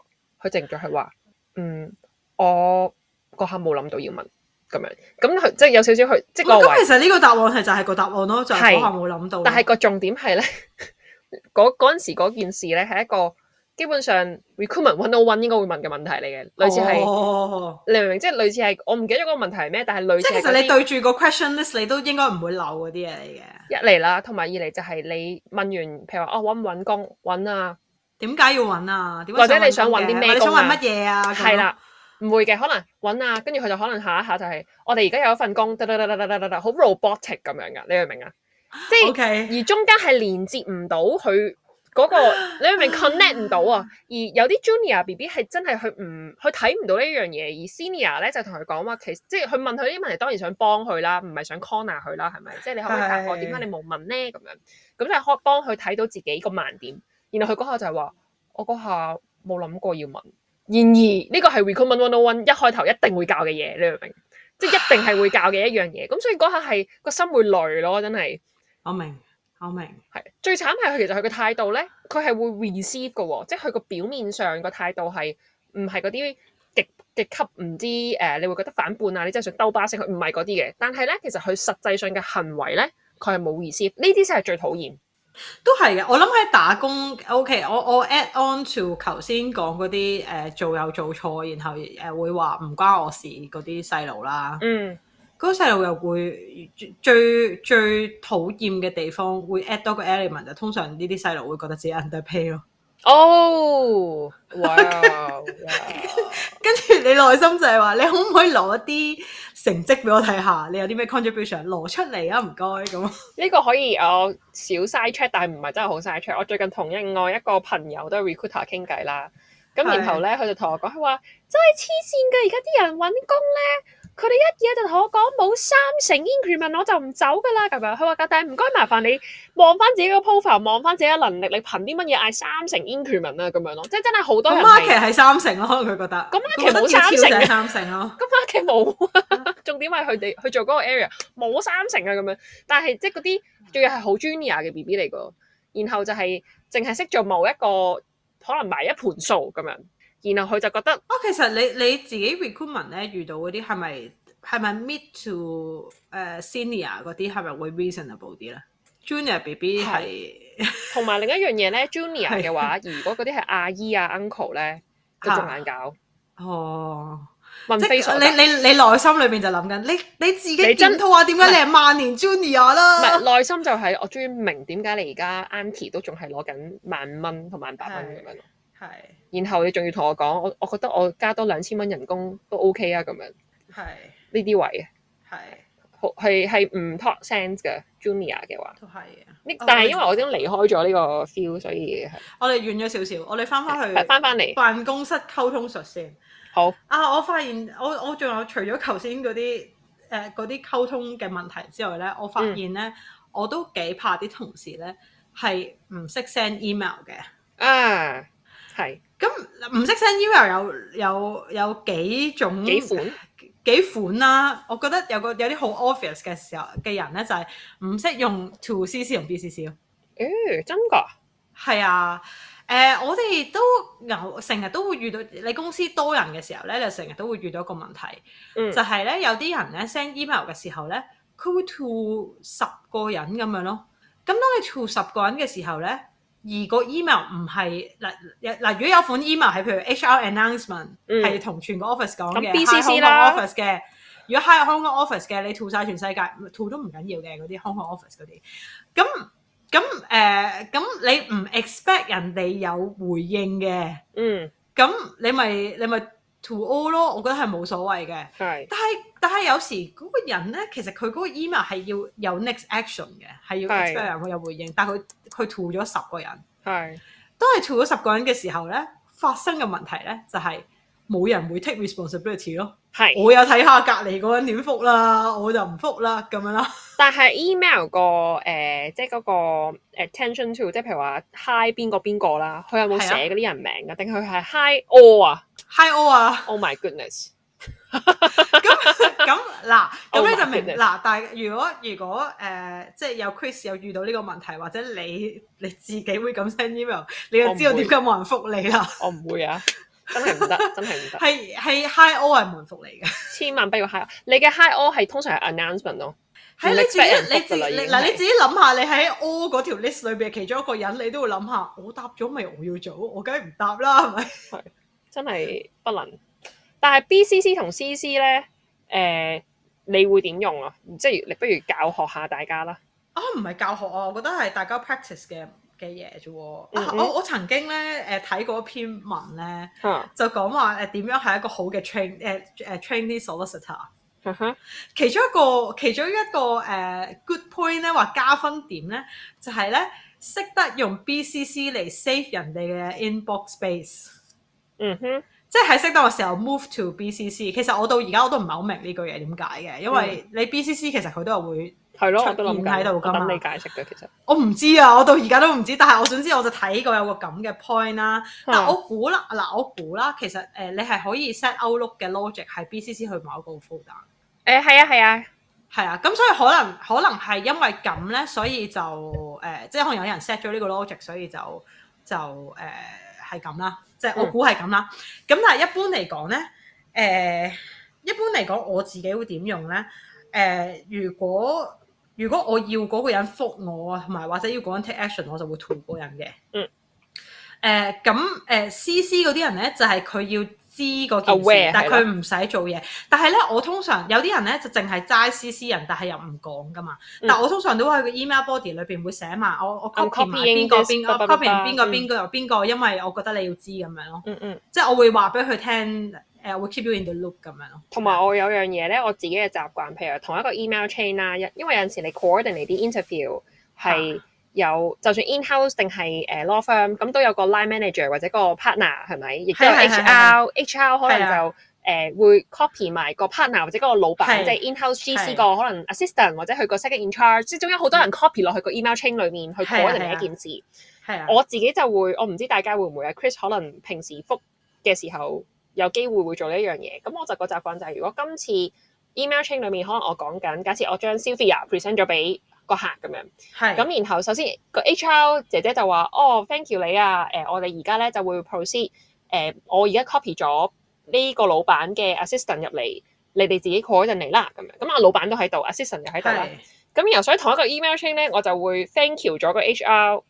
佢靜咗，佢話：嗯，我嗰下冇諗到要問咁樣，咁佢即係有少少佢即係個咁位，其實呢個答案係就係個答案咯，就係係嗰下冇諗到。但係個重點係咧， [laughs] 嗰嗰陣時嗰件事咧係一個基本上 recruitment one on one 應該會問嘅問題嚟嘅，類似係、哦你明唔明？即係類似係我唔記得咗嗰個問題係咩，但係類即似係係其嗰實啲你對住個 question list，你都應該唔會漏嗰啲嘢嚟嘅。一嚟啦，同埋二嚟就係你問完，譬如話哦揾唔揾工，揾啊，點解要揾啊？點解或者你想揾揾工嘅啲咩或者想工啊揾乜嘢啊？咁係啦，唔會嘅，可能揾啊，跟住佢就可能下一下就係、哦我哋而家有一份工，得得得得得得得得，好 robotic 咁樣噶，你明唔明啊？即樣。係 O K，而中間係連接唔到佢嗰個，你明唔明 connect 唔到啊？而有啲 junior B B 係真係佢唔佢睇唔到呢樣嘢，而 senior 咧就同佢講話，其實即係佢問佢啲問題，當然想幫佢啦，唔係想 corner 佢啦，係咪？即係你可唔可以答我係點解你冇問咧？咁樣咁就係可幫佢睇到自己個盲點。然後佢嗰下就係話：我嗰下冇諗過要問。然而呢個係 recruitment one o one 一開頭一定會教嘅嘢，你明唔明？即係一定係會教嘅一樣嘢。咁所以嗰下係個心會累咯，真係。我明，我明。係最慘係佢其實佢嘅態度咧，佢係會 receive 嘅喎，即係佢個表面上個態度係唔係嗰啲極極級唔知誒、呃你會覺得反叛啊，你真係想兜巴式，佢唔係嗰啲嘅。但係咧，其實佢實際上嘅行為咧，佢係冇 receive，呢啲先係最討厭。都係嘅，我諗喺打工，OK，我我 add on to 頭先講嗰啲誒做有做錯，然後誒、呃、會話唔關我事嗰啲細路啦，嗯，嗰啲細路又會最最最討厭嘅地方會 add 多個 element 就通常呢啲細路會覺得自己 underpay 咯，哦，哇，跟住你內心就係話你可唔可以攞啲成績俾我睇下，你有啲咩 contribution 攞出嚟啊？唔該咁，呢個可以我少 side check，但係唔係真係好 side check。我最近同另外一個朋友都係 recruiter 傾偈啦，咁係然後咧佢就同我講，佢話真係黐線嘅，而家啲人揾工咧，佢哋一嘢就同我講冇三成 increment 我就唔走噶啦咁樣。佢話但係唔該麻煩你望翻自己個 profile，望翻自己嘅能力，你憑啲乜嘢嗌三成 increment 啊咁樣咯，即係真係好多咁啊人 market 係。係三成咯，可能佢覺得，咁 market 冇佢覺得要三跳成上嘅三成咯。咁 market 冇啊， [laughs] 重點係佢哋去做嗰個 area 冇三成啊咁樣，但係即係嗰啲仲要係好 junior 嘅 B B 嚟個，然後就係淨係識做某一個可能埋一盤數咁樣，然後佢就覺得哦，其實你你自己 recruitment 咧遇到嗰啲係咪係咪 mid to 誒、senior 嗰啲係咪會 reasonable 啲咧？junior BB 係 [laughs] 同埋另一樣嘢咧，junior 係嘅話，如果嗰啲係阿姨啊 uncle 咧，就仲難搞，哦，問即非所係得你你你內心裏邊就諗緊你你自己你真檢討下點解你係萬年 junior 唔係啦？內心就係我終於明點解你而家 auntie 都仲係攞緊萬蚊同萬八蚊咁樣咯，係然後你仲要同我講，我我覺得我加多兩千蚊人工都 OK 啊咁樣，呢係啲位。係好係係唔 talk sense 嘅 junior 嘅話，都係嘅。呢哦但係因為我已經離開咗呢個 feel，所以我哋遠咗少少，我哋翻翻係去翻翻嚟辦公室溝通術先。好啊！我發現我我仲有除咗頭先嗰啲誒嗰啲溝通嘅問題之外咧，我發現嗯咧、我都幾怕啲同事咧係唔識 send email 嘅。啊，係咁唔識 send email 有有有幾種幾 [laughs] 款幾款啦、我覺得有個有啲好 obvious 嘅時候嘅人咧，就係唔識用 to CC 同 BCC 咯。誒真㗎係啊，誒、我哋都有成日都會遇到，你公司多人嘅時候咧，你成日都會遇到一個問題。嗯就係咧，有啲人咧 send email 嘅時候咧，佢會 to 十個人咁樣咯。咁當你 to 十個人嘅時候咧，而個 email 唔係嗱有嗱，如果有款 email 係譬如 HR announcement 嗯係同全個 office 講咁嘅 BCC hi 啦 Hong Kong office 嘅。如果 hi Hong Kong office 嘅，你 to 晒全世界 to 都唔緊要嘅嗰啲 Hong Kong office 嗰啲。咁咁誒，咁、你唔 expect 人哋有回應嘅，嗯咁你咪你咪 to all 咯，我覺得係冇所謂嘅。係但係但係有時嗰個人咧，其實佢嗰個 email 係要有 next action 嘅，係要係 expect 人會有回應，但係佢佢 to 咗十個人，係當你 to 咗十個人嘅時候咧，發生嘅問題咧就係、冇人會 take responsibility 咯。係，我有睇下隔離嗰個人點覆啦，我就唔覆啦咁樣啦。但係 email 個誒、呃即係嗰個 attention to，即係譬如話 hi 邊個邊個啦，佢有冇係啊寫嗰啲人名㗎？定佢係 hi all 啊 Hi all 啊， ？Oh my goodness！咁咁嗱， Oh 咁 my 你就明 goodness 嗱。但係如果如果誒、呃即係有 Chris 有遇到呢個問題，或者你你自己會咁 send email，你我就唔知道會點解冇人覆你啦。我唔會啊，真係唔得，真係唔得，係係 Hi all 係冇人覆 [laughs] 你嘅。千萬不要 hi。你嘅 hi all 係通常係 announcement 咯。係唔你自 expect 己你人覆自㗎啦已經你係嗱你自己諗下，你喺 all 嗰條 list 裏邊其中一個人，你都會諗下，我答咗咪我要做，我梗係唔答啦，係咪？ [laughs] 真係不能。但係 BCC 同 CC 咧，誒、呃你會點用啊？即係你不如教學下大家啦。啊，唔係教學啊，我覺得係大家 practice 嘅嘅嘢啫喎。啊嗯哼我我曾經咧誒睇過一篇文咧，嚇就講話呃誒點樣係一個好嘅 train 誒誒 train 啲 solicitor。嚇嚇其中一個其中一個誒、呃 good point 咧，話加分點咧，就係咧識得用 BCC 嚟 save 人哋嘅 inbox space。嗯哼，即係喺適當嘅時候 move to BCC，其實我到而家我都唔係好明呢句嘢點解嘅，因為你 BCC 其實佢都係會，係咯，出我都諗現喺緊，度我㗎嘛等你解釋嘅其實。我唔知啊，我到而家都唔知，但係我總之我就睇過有個咁嘅 point 啦。嗯但我估啦，嗱我估啦，其實誒、呃你係可以 set Outlook 嘅 logic 係 BCC 去某一個 folder，誒係啊係啊，係啊，咁所以可能可能係因為咁咧，所以就誒、呃即係可能有人 set 咗呢個 logic，所以就就誒係咁啦，即係我嗯估係咁啦。咁、但係一般嚟講咧，誒、一般嚟講我自己會點用咧？誒、如果如果我要嗰個人覆我啊，同埋或者要嗰個人 take action，我就會 to 嗰個人嘅。嗯。誒咁誒 CC 嗰啲人咧，就係、佢要知嗰件事 Aware，但係啦係佢唔使做嘢。但係咧，我通常有啲人咧就淨係齋 CC 人，但係又唔講噶嘛。嗯哦但我通常都喺個 email body 裏邊會寫埋我我 I'm copy 埋 copying 邊個 this，邊個 blah, blah, copy 完 blah，邊個嗯邊個由邊個，因為我覺得你要知咁樣咯。嗯嗯。即係我會話俾佢聽，誒、我會 keep you in the loop 咁樣咯。同埋我有樣嘢咧，我自己嘅習慣，譬如同一個 email chain 啦，因因為有陣時你 coordinate 啲 interview 啊係有，就算 in house 定係誒 law firm，咁都有個 line manager 或者個 partner 係咪？亦都有係係啊係係 HR，HR 可能係啊就誒會 copy 埋個 partner 或者嗰個老係闆，即係 in house GC 係嗯個可能 assistant 或者佢個 second in charge，即係總有好多人 copy 落去個 email chain 裏面去係啊係啊 coordinate 一件事。係啊，我自己就會，我唔知大家會唔會啊。Chris 可能平時覆嘅時候有機會會做呢一樣嘢，咁我就個習慣就係、如果今次 email chain 裏面可能我講緊，假設我將 Sylvia present 咗俾個客咁樣，係咁然後首先個 HR 姐姐就話：哦，thank you 你啊，誒、我哋而家咧就會 proceed，誒、我而家 copy 咗呢個老闆嘅 assistant 入嚟，你哋自己 coordinate 啦咁樣，咁啊老闆都喺度，assistant 又喺度啦。係咁然後所以同一個 email chain 咧，我就會 thank you 咗個 HR，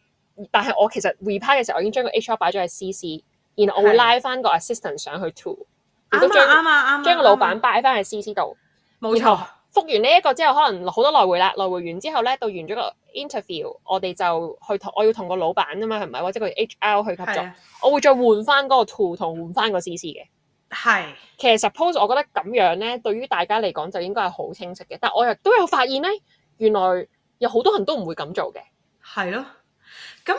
但係我其實 reply 嘅時候，我已經將個 HR 擺咗喺 CC，然後我會係拉翻個 assistant 上去 to，亦都啱啊將啱啊啱啊，將個老闆啱啊擺翻喺 CC 度。冇然錯後。覆完呢一個之後，可能好多來回啦，來回完之後咧，到完咗個 interview，我哋就去同我要同個老闆啊嘛，係咪？或者個 HR 去合係作，啊我會再換翻嗰個 to 同換翻個 CC 嘅。係其實 suppose 我覺得咁樣咧，對於大家嚟講就應該係好清晰嘅。但我亦都有發現咧，原來有好多人都唔會咁做嘅。係咯。咁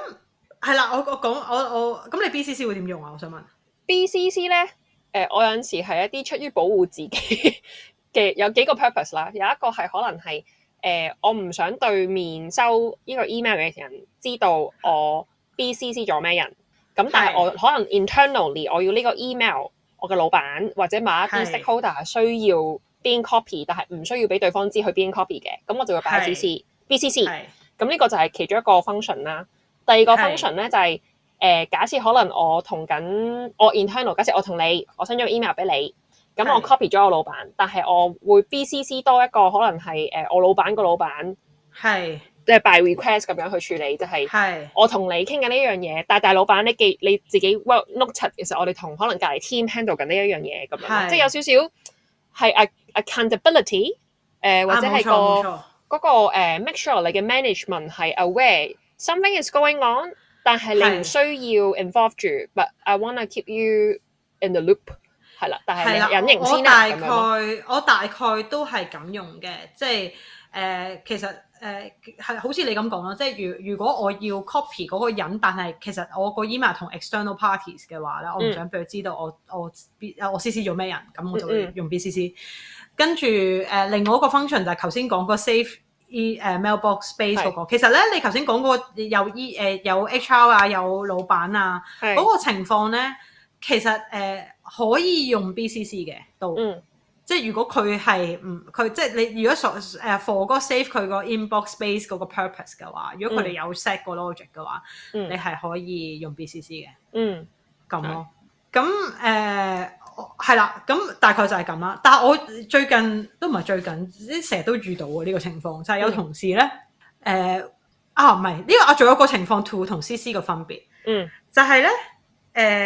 係啦，我我講我我咁你 BCC 會點用啊？我想問。 BCC 咧，誒、呃我有陣時係一啲出於保護自己 [laughs] 嘅有幾個 purpose 啦，有一個係可能係誒、呃我唔想對面收呢個 email 嘅人知道我 BCC 咗咩人，咁但係係我可能 internally 我要呢個 email 我嘅老闆或者某一啲係 stakeholder 係需要 being copy，但係唔需要俾對方知佢 being copy 嘅，咁我就會擺喺係 CC、BCC。係咁呢個就係其中一個 function 啦。第二個係 function 咧就係、誒、假設可能我同緊我 internal，假設我同你，我 send 咗個 email 俾你，咁我係 copy 咗我老闆，但係我會 BCC 多一個可能係誒、我老闆個老闆，係即係 by request 咁樣去處理，就係、係我同你傾緊呢一樣嘢，但係大老闆你記你自己 well note 其實我哋同可能隔離 team handle 緊呢一樣嘢咁樣，係即係有少少係 ac- accountability 誒、或者啊冇係錯個。冇錯嗰、個、呃 make sure 你嘅 management 係 aware something is going on，但係你唔係需要 involve 住，but I wanna keep you in the loop 係啦，但係係你啦，隱形我我先啊大啦咁樣咯。概我大概都係咁用嘅，即係誒、呃其實誒係好似你咁講啦，即係如如果我要 copy 嗰個人，但係其實我個 email 同 external parties 嘅話咧，我嗯唔想俾佢知道我我 B 啊我 CC 做咩人，咁我嗯就會嗯用 BCC。跟住誒、呃另外一個 function 就係頭先講個 save e 誒、mailbox space 嗰、個，其實咧你頭先講嗰個有 e 誒、有 HR 啊，有老闆啊，係嗰個情況咧，其實誒、呃可以用 BCC 嘅都。嗯即係如果佢係唔佢即係你如果所誒 for 嗰個 save 佢個 inbox space 嗰個 purpose 嘅話，如果佢哋嗯有 set 個 logic 嘅話，你嗯係可以用 BCC 嘅嗯咁咯。咁誒我係啦，咁大概就係咁啦。但係我最近都唔係最近，即係成日都遇到嘅呢個情況，就係、有嗯同事咧誒、啊唔係呢個啊，仲有一個情況 to 同 CC 嘅分別。嗯就係咧，誒、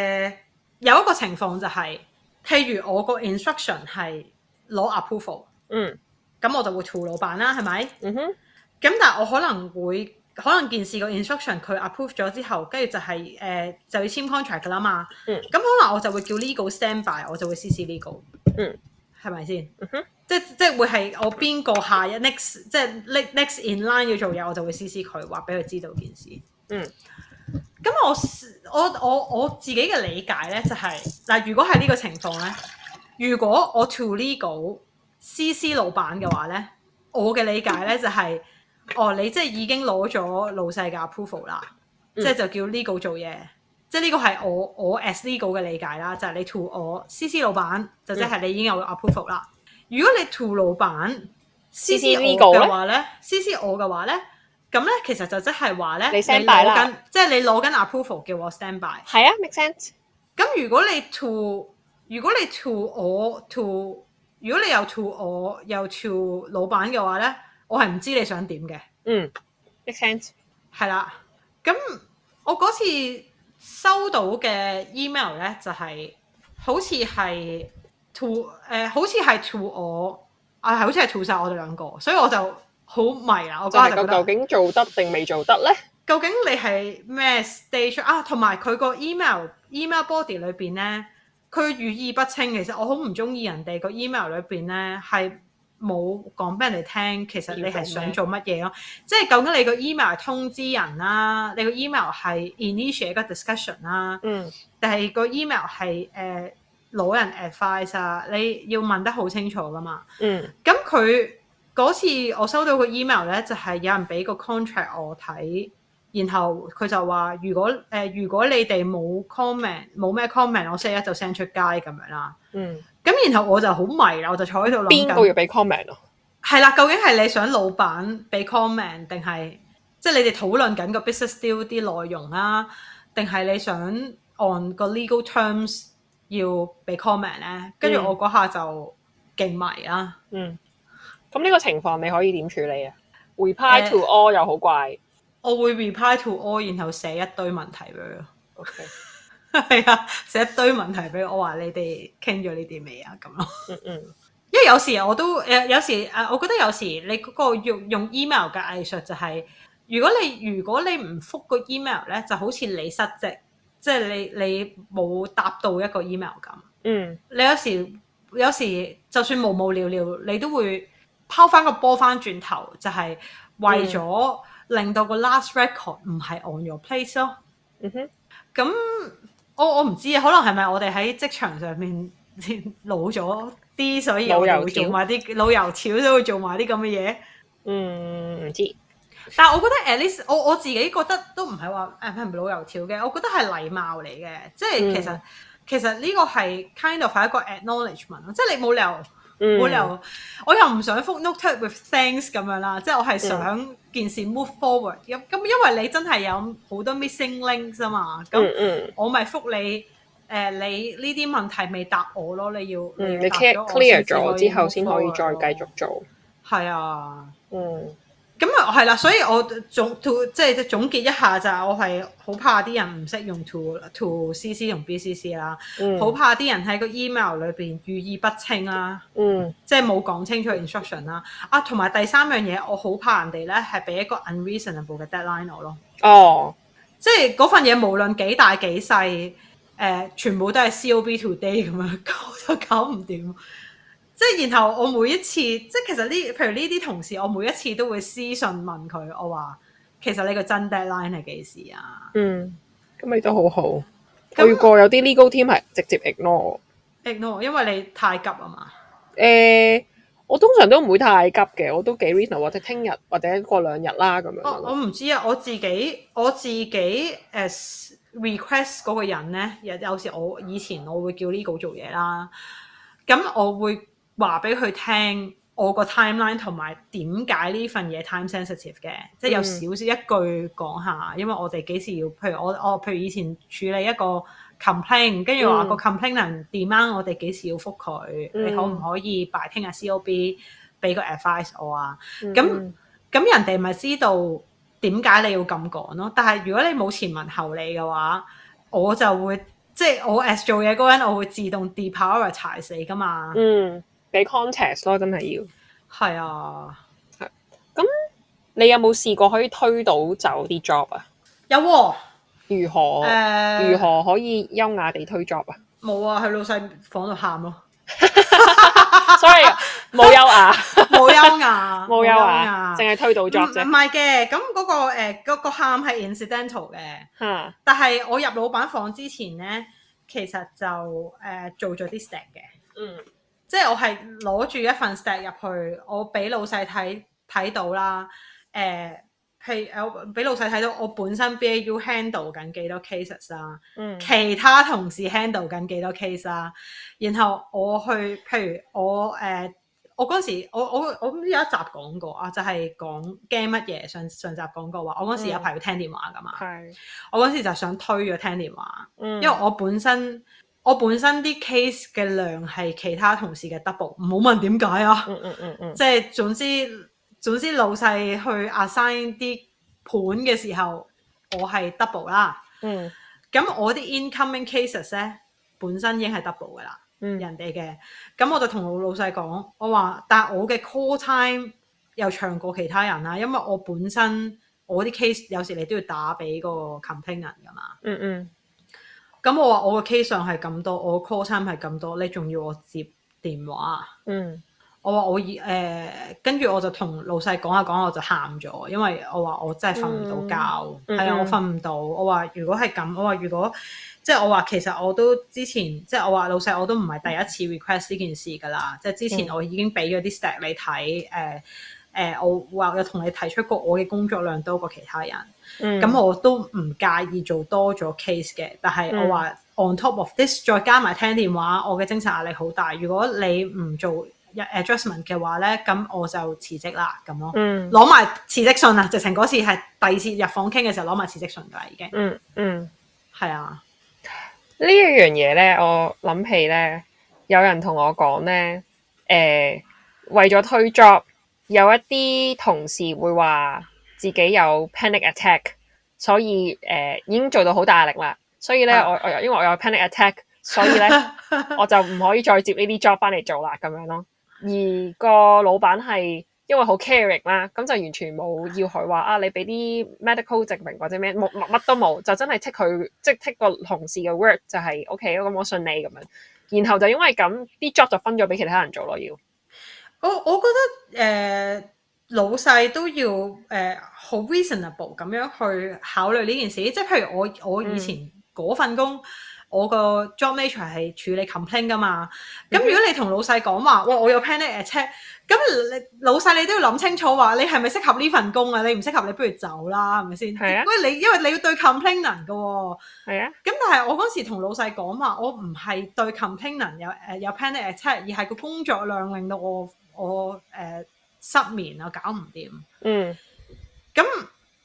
有一個情況就係、譬如我個 instruction 係攞 approval，嗯咁我就會 to 老闆啦，係咪？咁嗯哼但係我可能會，可能件事個 instruction 佢 approve 咗之後，跟住就係、誒、就要簽 contract 噶啦嘛。嗯咁可能我就會叫 legal stand by，我就會 CC legal。嗯。係咪先嗯哼？即即會係我邊個下一 next 即係 ne- next in line 要做嘢，我就會 CC 佢，話俾佢知道件事。嗯咁我 s- 我我我自己嘅理解咧，就係、嗱，如果係呢個情況咧，如果我 to legal CC 老闆嘅話咧，我嘅理解咧就係、哦，你即係已經攞咗老細嘅 approval 啦，嗯即係就叫 legal 做嘢，即係呢個係我我 as legal 嘅理解啦，就係、你 to 我 CC 老闆，就即嗯係你已經有 approval 啦。如果你 to 老闆 CC 我 legal 呢嘅話咧，CC 我嘅話咧，咁咧其實就即係話咧，你 stand 攞 by 啦緊，即係你攞緊 approval 叫我 stand by。係啊，make sense。咁如果你 to，如果你 to 我 to，如果你又 to 我又 to 老闆嘅話咧，我係唔知你想點嘅，嗯，make sense。係啦。咁我嗰次收到嘅 email 咧，就係、好似係 to 誒、好似係 to 我啊，好似係 to 晒我哋兩個，所以我就好迷啦。我就嗰係下就覺個得究。竟做得定未做得咧？究竟你係咩 stage 啊？同埋佢個 email email body 裏邊咧，佢語意不清。其實我好唔中意人哋個 email 裏邊咧係冇講俾人哋聽，其實你係想做乜嘢咯？即係究竟你個 email 係通知人啦、你個 email 係 initiate 個 discussion 啦、嗯定係個 email 係誒攞人 advice 啊？你要問得好清楚噶嘛？嗯咁佢嗰次我收到個 email 咧，就係、有人俾個 contract 我睇，然後佢就話：如果誒、呃如果你哋冇 comment 冇咩 comment，我 set 一就 send 出街咁樣啦。嗯，咁然後我就好迷啦，我就坐喺度諗邊個緊，要俾 comment 啊？係啦，究竟係你想老闆俾 comment 定係即係你哋討論緊個 business deal 啲內容啊，定係你想按個 legal terms 要俾 comment 咧？跟住嗯我嗰下就勁迷啦。嗯，咁呢個情況你可以點處理啊？Reply to 誒 all 又好怪。我會 reply to all，然後寫一堆問題俾佢咯。 OK，係啊， [laughs] 寫一堆問題俾佢我話你哋傾咗呢啲未啊咁咯。 [laughs] 嗯嗯因為有時我都誒，有時誒，我覺得有時你嗰個用用 email 嘅藝術就係、如果你如果你唔覆個 email 咧，就好似你失職，即係你你冇答到一個 email 咁。嗯你有時有時就算無無聊聊，你都會拋翻個波翻轉頭，就係、為咗令到個 last record 唔係 on your place 咯。嗯哼，咁我我唔知啊，可能係咪我哋喺職場上面 [laughs] 老咗啲，所以我哋會做埋啲老油條都會做埋啲咁嘅嘢。嗯唔知。但係我覺得 at least 我我自己覺得都唔係話誒係唔係老油條嘅，我覺得係禮貌嚟嘅，即係其實、嗯其實呢個係 kind of 係一個 acknowledgement 咯，即係你冇理由。嗯冇理由，我又唔想覆 note with thanks 咁樣啦，即係我嗯係想件事 move forward 咁咁，因為你真係有好多 missing links 啊嘛，咁嗯嗯我咪覆你誒、呃你呢啲問題未答我咯，你要嗯，要你答 clear 我 clear 先至可咗以之後先可以 move 再 forward 繼續咯。做。係啊，嗯咁啊係啦，所以我總 to 即係總結一下就係我係好怕啲人唔識用 to to CC 同 BCC 啦，嗯，好、怕啲人喺個 email 裏邊語意不清啦。嗯即係冇講清楚 instruction 啦。啊，同埋第三樣嘢，我好怕人哋咧係俾一個 unreasonable 嘅 deadline 我咯。哦即係嗰份嘢無論幾大幾 [laughs] 細，誒、全部都係 COB today 咁樣，我就搞唔掂。即係然後我每一次，即係其實呢，譬如呢啲同事，我每一次都會私信問佢，我話其實你個真 deadline 係幾時啊嗯，咁你都好好。咁去過有啲 legal team 係直接 ignore 我。 ？ignore，因為你太急啊嘛。誒、我通常都唔會太急嘅，我都幾 reasonable，或者聽日或者過兩日啦咁樣我我咯。唔知啊，我自己我自己誒、呃 s- request 嗰個人咧，有有時我以前我會叫 legal 做嘢啦，咁我會話俾佢聽我個 timeline 同埋點解呢份嘢 time sensitive 嘅，即係有嗯少少一句講下，因為我哋幾時要，譬如我我譬如以前處理一個 complain，跟住話嗯個 complain 人 demand 我哋幾時要覆佢，你嗯可唔可以擺聽日 COB 俾個 advice 我啊？嗯咁嗯咁人哋咪知道點解你要咁講咯。但係如果你冇前文後理嘅話，我就會即係我 as 做嘢嗰個人，我會自動 deprioritize 你噶嘛。嗯，俾 context 咯，真係要。係啊，你有冇試過可以推到走啲 job 啊？有喎、如何、誒如何可以優雅地推 job 啊冇啊，去老細房度喊咯， [laughs] ？Sorry，冇優雅，冇優雅， [laughs] 冇優啊雅，優淨係推到唔 job 唔啫。係嘅，咁嗰、個誒嗰個喊係 incidental 嘅，嚇，但係我入老闆房之前咧，其實就誒、做咗啲 step 嘅。嗯即係我係攞住一份 stack 入去，我俾老細睇睇到啦。誒、譬如呃我俾老細睇到我本身 BAU handle 緊幾多 cases 啦，嗯其他同事 handle 緊幾多 case 啦。然後我去，譬如我誒、呃我嗰時我我我唔知有一集講過啊，就係講驚乜嘢上上集講過話，我嗰時嗯有排要聽電話噶嘛，係，嗯我嗰時就想推咗聽電話。因因為我本身我本身啲 case 嘅量係其他同事嘅 double，唔好問點解啊！嗯嗯嗯嗯即係總之總之老細去 assign 啲盤嘅時候，我係 double 啦。嗯咁我啲 incoming cases 咧本身已經係 double 噶啦，嗯人哋嘅。咁我就同我老細講，我話但係我嘅 call time 又長過其他人啦，因為我本身我啲 case 有時你都要打俾個 complain 人噶嘛。嗯嗯咁我話我個 case 上係咁多，我個 call time 係咁多，你仲要我接電話？嗯我話我以誒，跟、住我就同老細講下講下，我就喊咗，因為我話我真係瞓唔到覺，嗯係啊、嗯我瞓唔到。我話如果係咁，我話如果即係我話其實我都之前即係我話老細我都唔係第嗯一次 request 呢件事㗎啦，即係之前我已經俾咗啲 stat 你睇誒。誒、我話有同你提出過，我嘅工作量多過其他人，嗯，咁、我都唔介意做多咗 case 嘅，但嗯係我話 on top of this 再加埋聽電話，我嘅精神壓力好大。如果你唔做一呃 adjustment 嘅話咧，咁我就辭職啦咁咯。嗯攞埋辭職信啊！直情嗰次係第二次入房傾嘅時候攞埋辭職信㗎啦，已經嗯嗯。係啊，呢一樣嘢咧，我諗起咧，有人同我講咧，誒、為咗推 job，有一啲同事會話自己有 panic attack，所以誒、已經做到好大壓力啦，所以咧啊我我因為我有 panic attack，所以咧 [laughs] 我就唔可以再接呢啲 job 翻嚟做啦咁樣咯。而個老闆係因為好 caring 啦，咁就完全冇要佢話啊，你俾啲 medical 證明或者咩，冇乜乜都冇，就真係剔佢，即係剔個同事嘅 work 就係、OK，咁我信你咁樣。然後就因為咁，啲 job 就分咗俾其他人做咯，要我我覺得誒、呃老細都要誒好、reasonable 咁樣去考慮呢件事，即係譬如我我嗯以前嗰份工。我個 job nature 係處理 complain 噶嘛，嗯咁哼如果你同老細講話，哇我有 panic attack，咁你老細你都要諗清楚話，你係咪適合呢份工啊？你唔適合你不如走啦，係咪先？係啊喂你因為你要對 complain 人嘅喎，係啊，咁但係我嗰時同老細講話，我唔係對 complainant 有誒有 panic attack，而係個工作量令到我我誒、呃失眠啊，搞唔掂。嗯咁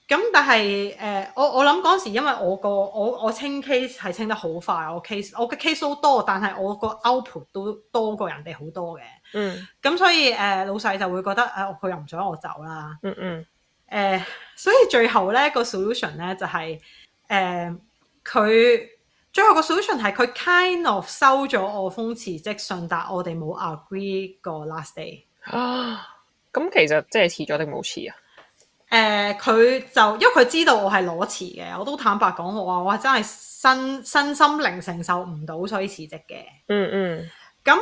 咁但係誒、呃我我諗嗰時因為我個我我清 case 係清得好快，我 case 我嘅 case 都多，但係我個 output 都多過人哋好多嘅。嗯咁所以誒、呃老細就會覺得誒佢、又唔想我走啦。嗯嗯誒、所以最後咧個 solution 咧就係誒佢最後個 solution 係佢 kind of 收咗我封辭職信，但我哋冇 agree 個 last day。啊，咁其實即係遲咗定冇遲啊？誒、呃佢就因為佢知道我係裸辭嘅，我都坦白講，我話我真係身身心靈承受唔到，所以辭職嘅。嗯嗯咁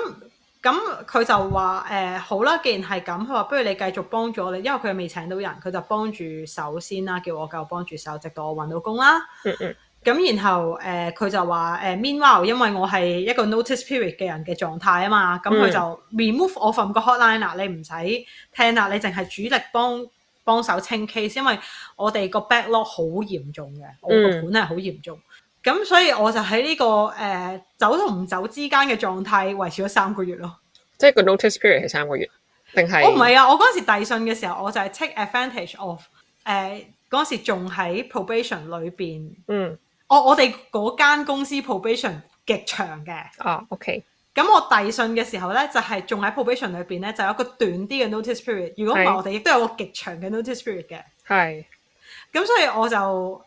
咁咁佢就話誒、呃好啦，既然係咁，佢話不如你繼續幫助我哋，因為佢未請到人，佢就幫住手先啦，叫我繼續幫住手，直到我揾到工啦。嗯嗯咁然後誒佢、就話誒、meanwhile 因為我係一個 notice period 嘅人嘅狀態啊嘛，咁佢嗯就 remove 我份個 hotline 啦，你唔使聽啦，你淨係主力幫幫手清 case，因為我哋個 backlog 好嚴重嘅，我個盤嗯係好嚴重，咁、所以我就喺呢、個誒、走同唔走之間嘅狀態維持咗三個月咯。即係個 notice period 係三個月，定係我唔係啊！我嗰陣時遞信嘅時候，我就係 take advantage of 誒、嗰陣時仲喺 probation 裏邊，嗯我我哋嗰間公司 probation 極長嘅。啊 OK 咁我遞信嘅時候咧，就係仲喺 probation 裏邊咧，就有一個短啲嘅 notice period。如果唔係，係我哋亦都有個極長嘅 notice period 嘅。係，咁所以我就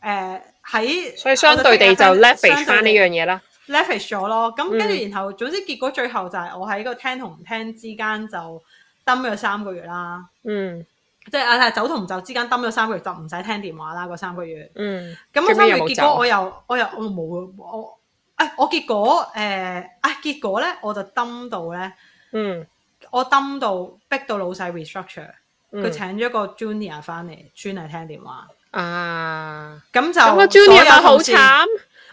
誒喺、所以相對地就我 take advantage- leverage 翻呢樣嘢啦。 leverage 咗咯。咁跟住嗯然後，總之結果最後就係我喺個聽同唔聽之間就蹲咗三個月啦。嗯即係啊，但係走同唔走之間蹲咗三個月就唔使聽電話啦，嗰三個月。嗯最咁嗰尾三個有月冇結走果我又我又我冇啊我誒我結果誒、呃、啊結果咧我就蹲到咧，嗯，我蹲到逼到老細 restructure，佢嗯請咗個 junior 翻嚟專係聽電話，啊，咁就咁個所有 junior 咪好同事慘。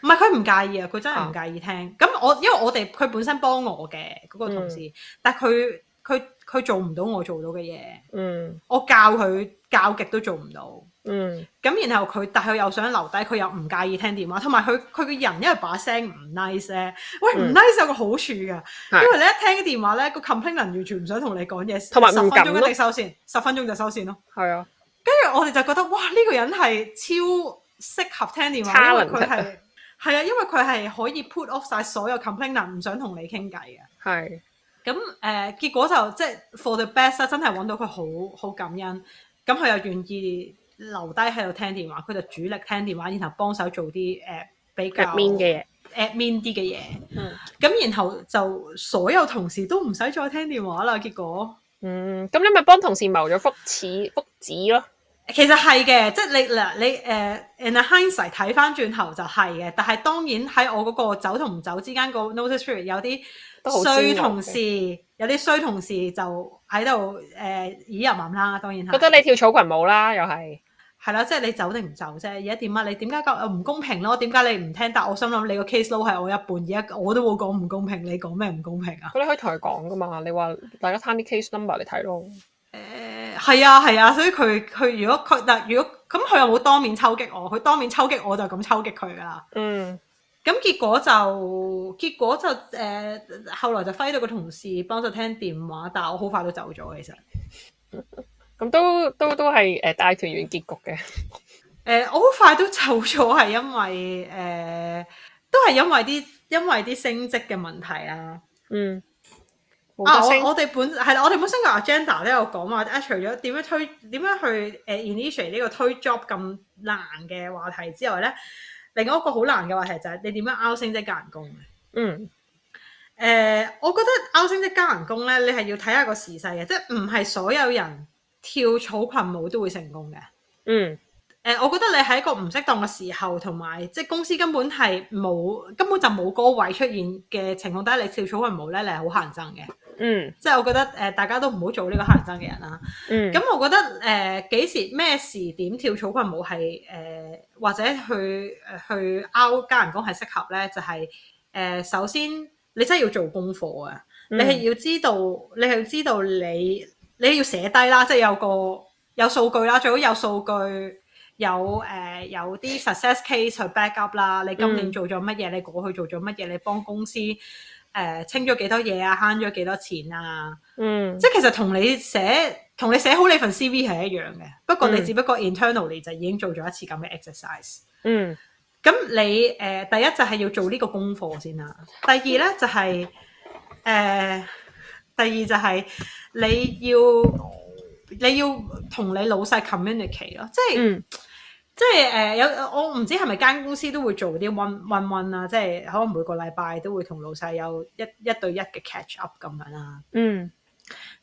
唔係佢唔介意啊，佢真係唔介意聽。咁、我因為我哋佢本身幫我嘅嗰、個同事，但係佢佢佢做唔到我做到嘅嘢，嗯我教佢教極都做唔到。嗯咁然後佢，但係佢又想留低，佢又唔介意聽電話，同埋佢佢個人因為把聲唔 nice 咧，喂唔嗯 nice 有個好處㗎，係因為你一聽電話咧，個 complain 人完全唔想同你講嘢，同埋十分唔敢鐘咯一定收線，十分鐘就收線咯。係啊，跟住我哋就覺得哇，呢、個人係超適合聽電話，因為佢 Talent 係係啊，因為佢係可以 put off 晒所有 complain 人唔想同你傾偈嘅。係咁誒、呃、結果就即係 for the best 啦，真係揾到佢好好感恩。咁佢又願意留低喺度聽電話，佢就主力聽電話，然後幫手做啲誒、呃比較 admin 嘅嘢。 admin 啲嘅嘢。嗯咁然後就所有同事都唔使再聽電話啦。結果嗯，咁你咪幫同事謀咗福祉福祉咯。其實係嘅，即係你嗱你誒、呃、in a hindsight 睇翻轉頭就係嘅，但係當然喺我嗰個走同唔走之間個 notice period 有啲都好煎衰熬同嘅事，有啲衰同事就喺度呃誒以人民啦，當然係覺得你跳草裙舞啦，又係係啦，即係你走定唔走啫。而家點啊？你點解咁唔公平咯？點解你唔聽？但我心諗你個 case load 係我一半，而家我都冇講唔公平，你講咩唔公平啊？咁你可以同佢講噶嘛。你話大家攤啲 case number 嚟睇咯。誒係啊係啊，所以佢佢如果佢嗱如果咁佢又冇當面抽擊我，佢當面抽擊我就咁抽擊佢噶啦。嗯咁結果就結果就誒、呃，後來就揮到個同事幫手聽電話，但我好快都走咗其實。誒、咁都都都係誒大團圓結局嘅。呃我好快都走咗係因為誒、呃都係因為啲因為啲升職嘅問題啦。嗯，冇啊！得升我我哋本係啦，我哋本身個 agenda 都有講話，啊除咗點樣推點樣去誒呃 initiate 呢個推 job 咁難嘅話題之外咧，另外一個好難嘅話題就係你點樣 out 升職加人工嘅。嗯誒、我覺得 out 升職加人工咧，你係要睇下個時勢嘅，即係唔係所有人跳草裙舞都會成功嘅。誒、嗯呃我覺得你喺一個唔適當嘅時候，同埋即係公司根本係冇根本就冇嗰個位出現嘅情況底下，你跳草裙舞咧，你係好閒憎嘅。嗯即係我覺得誒、呃大家都唔好做呢個黑人憎嘅人啦。嗯。咁、我覺得誒呃幾、時咩時點跳草裙舞係誒、呃或者去呃去 out 加人工係適合咧，就係、呃首先你真係要做功課啊！你嗯係要知道，你係要知道你你要寫低啦，即係有個有數據啦，最好有數據，有誒、呃有啲 success case 去 back up 啦。你今年嗯做咗乜嘢？你過去做咗乜嘢？你幫公司誒、呃清咗幾多嘢啊？慳咗幾多錢啊？嗯即係其實同你寫同你寫好你份 CV 係一樣嘅，不過你嗯只不過 internally 就已經做咗一次咁嘅 exercise。嗯咁你誒、呃第一就係要做呢個功課先啦，第二咧就係、誒、第二就係你要你要同你老細 communicate 咯，即係、嗯即係誒、呃有我唔知係咪間公司都會做啲 one one one 啦，即係可能每個禮拜都會同老細有一一對一嘅 catch up 咁樣啦。嗯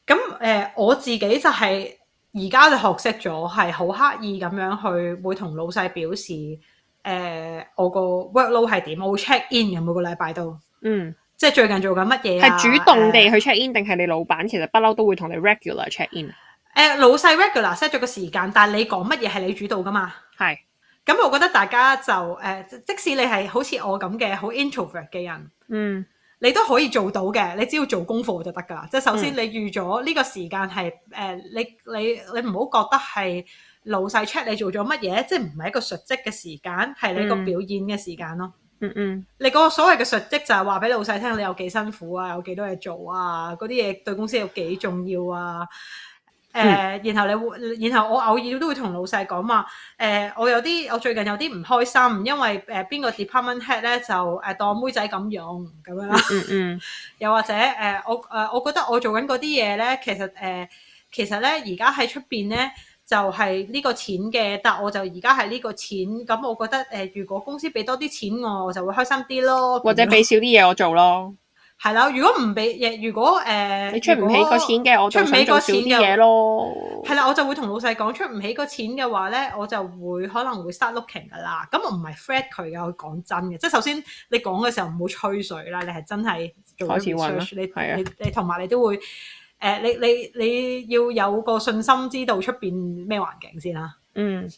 咁誒、呃我自己就係而家就學識咗，係好刻意咁樣去會同老細表示誒、呃我個 workload 係點，我會 check in 嘅每個禮拜都。嗯即係最近做緊乜嘢啊？係主動地誒去 check in，定係你老闆其實不嬲都會同你 regular check in？誒呃老細 regular set 咗個時間，但係你講乜嘢係你主導噶嘛？係咁我覺得大家就誒、即即使你係好似我咁嘅好 introvert 嘅人，嗯你都可以做到嘅，你只要做功課就得㗎啦。即係首先你預咗呢個時間係誒，你你你唔好覺得係老細 check 你做咗乜嘢，即係唔係一個述職嘅時間，係你個嗯表演嘅時間咯。嗯嗯你嗰個所謂嘅述職就係話俾老細聽你有幾辛苦啊，有幾多嘢做啊，嗰啲嘢對公司有幾重要啊。誒、然後你會，然後我偶爾都會同老細講話，誒、呃我有啲，我最近有啲唔開心，因為誒邊、個 department head 咧就誒、當妹仔咁用咁樣啦。嗯嗯又或者誒、呃我誒、呃我覺得我做緊嗰啲嘢咧，其實誒、呃其實咧而家喺出邊咧就係、呢個錢嘅，但我就而家係呢個錢，咁我覺得誒、呃如果公司俾多啲錢我，我就會開心啲咯。或者咁樣俾少啲嘢我做咯。係啦，如果唔俾，亦如果誒、呃你出唔起個錢，嘅，我就出唔起想個做少錢啲嘅嘢咯。係啦，我就會同老細講出唔起個錢嘅話咧，我就會可能會 start looking 噶啦。咁我唔係 fret 佢嘅，我講真嘅，即係首先你講嘅時候唔好吹水啦，你係真係做咗開始揾啦 research，係啊你你你同埋你都會誒、呃你你你要有個信心，知道出邊咩環境先啦。嗯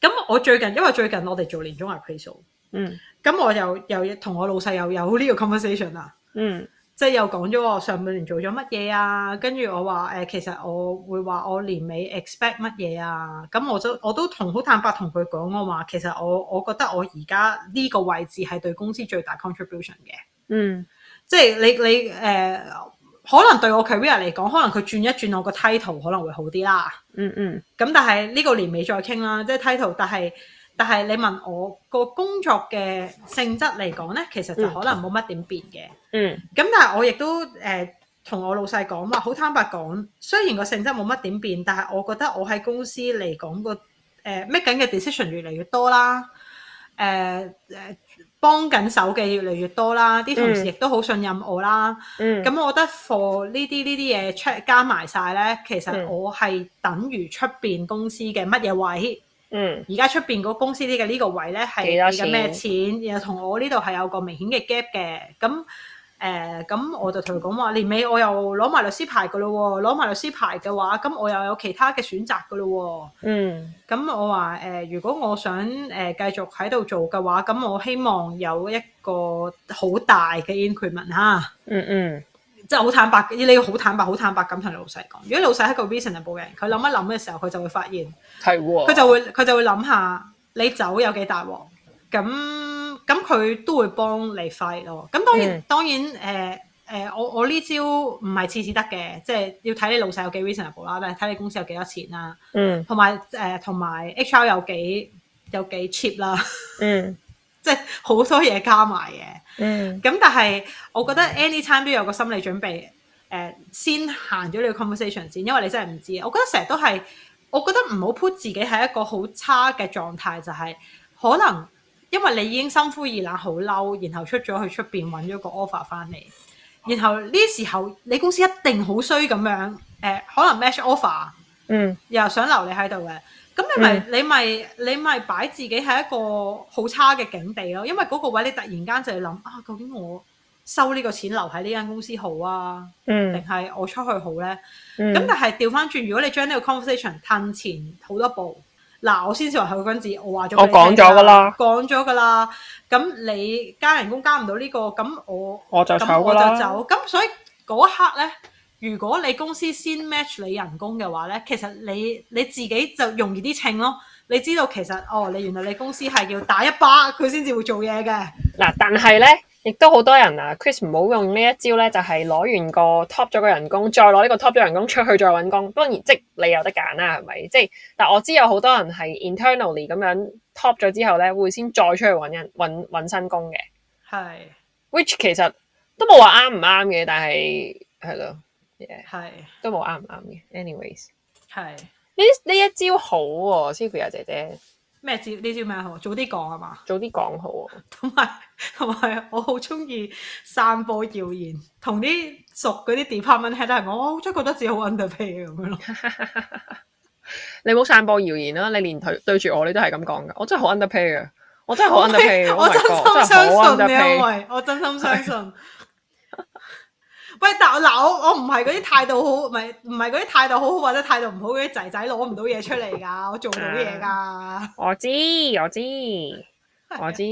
咁我最近因為最近我哋做年終 appraisal，嗯咁我又又同我老細又有呢個 conversation 啦。嗯即係又講咗我上半年做咗乜嘢啊，跟住我話誒、呃其實我會話我年尾 expect 乜嘢啊，咁我就我都同好坦白同佢講，我話其實我我覺得我而家呢個位置係對公司最大 contribution 嘅，嗯即係你你誒、呃可能對我 career 嚟講，可能佢轉一轉我個 title 可能會好啲啦。嗯嗯咁但係呢個年尾再傾啦，即係 title，但係但係你問我個工作嘅性質嚟講咧，其實就可能冇乜點變嘅。嗯咁但係我亦都誒同、我老細講話，好坦白講，雖然個性質冇乜點變，但係我覺得我喺公司嚟講個誒 make 緊嘅 decision 越嚟越多啦，誒、誒幫緊手嘅越嚟越多啦，啲同事嗯亦都好信任我啦。嗯咁、我覺得 for 呢啲呢啲嘢 check 加埋晒咧，其實嗯我係等於出邊公司嘅乜嘢位。嗯而家出邊嗰公司啲嘅呢個位咧係幾多俾緊咩錢，然後同我呢度係有個明顯嘅 gap 嘅，咁誒咁我就同佢講話，年尾我又攞埋律師牌噶咯喎，攞埋律師牌嘅話，咁我又有其他嘅選擇噶咯嗯喎，咁我話誒、呃如果我想誒、呃、繼續喺度做嘅話，咁我希望有一個好大嘅 increment 嚇。嗯嗯即係好坦白，你要好坦白、好坦白咁同老細講。如果老細係一個 reasonable 嘅人，佢諗一諗嘅時候，佢就會發現係佢喎。就會佢就會諗下你走有幾大鑊，咁咁佢都會幫你 fight 咯。咁當然、嗯當然誒誒、呃呃我我呢招唔係次次得嘅，即係要睇你老細有幾 reasonable 啦，但係睇你公司有幾多錢啦，嗯同埋誒同埋 HR 有幾有幾 cheap 啦，嗯即係好多嘢加埋嘅。嗯咁但係我覺得 anytime 都有個心理準備，誒、先行咗你個 conversation 先，因為你真係唔知。我覺得成日都係，我覺得唔好 put 自己喺一個好差嘅狀態，就係、可能因為你已經心灰意冷、好嬲，然後出咗去出邊揾咗個 offer 翻嚟，然後呢時候你公司一定好衰咁樣，誒、可能 match offer。嗯又想留你喺度嘅，咁你咪、你咪你咪擺自己喺一個好差嘅境地咯，因為嗰個位你突然間就要諗啊，究竟我收呢個錢留喺呢間公司好啊，定嗯係我出去好呢？嗯咁、但係調翻轉，如果你將呢個 conversation 褪前好多步，嗱，我先至話後君子，我話咗我俾你講咗㗎啦聽，講咗㗎啦，咁你加人工加唔到呢個，咁我我就咁醜我噶就啦。走。咁所以嗰一刻咧，如果你公司先 match 你人工嘅話咧，其實你你自己就容易啲稱咯。你知道其實哦，你原來你公司係要打一巴佢先至會做嘢嘅。嗱，但係咧，亦都好多人啊，Chris 唔好用呢一招咧，就係、攞完個 top 咗個人工，再攞呢個 top 咗人工出去再揾工。當然，即你有得揀啦，係咪？即係，但我知有好多人係 internally 咁樣 top 咗之後咧，會先再出去揾人揾揾新工嘅。係 which 其實都冇話啱唔啱嘅，但係係咯，yeah，係都冇啱唔啱嘅。anyways，係呢呢一招好喎、s y l v i a 姐姐咩招呢招咩好？早啲講啊嘛。 [laughs] 早啲講好喎、同埋同埋我好中意散播謠言，同啲熟嗰啲 department head 都係講我真係覺得自己好 underpay 咁樣咯。你冇散播謠言啦，你連對對住我你都係咁講噶，我真係好 underpay 啊 [laughs] 嘅，我真係好 underpay 嘅，Oh 我 my 真 God，心真係好啊相信你，因 [laughs] underpay。為我真心相信。喂，但我嗱我我唔係嗰啲態度好，唔係唔係嗰啲態度好好或者態度唔好嗰啲仔仔攞唔到嘢出嚟㗎，我做到嘢㗎。我知我知我知，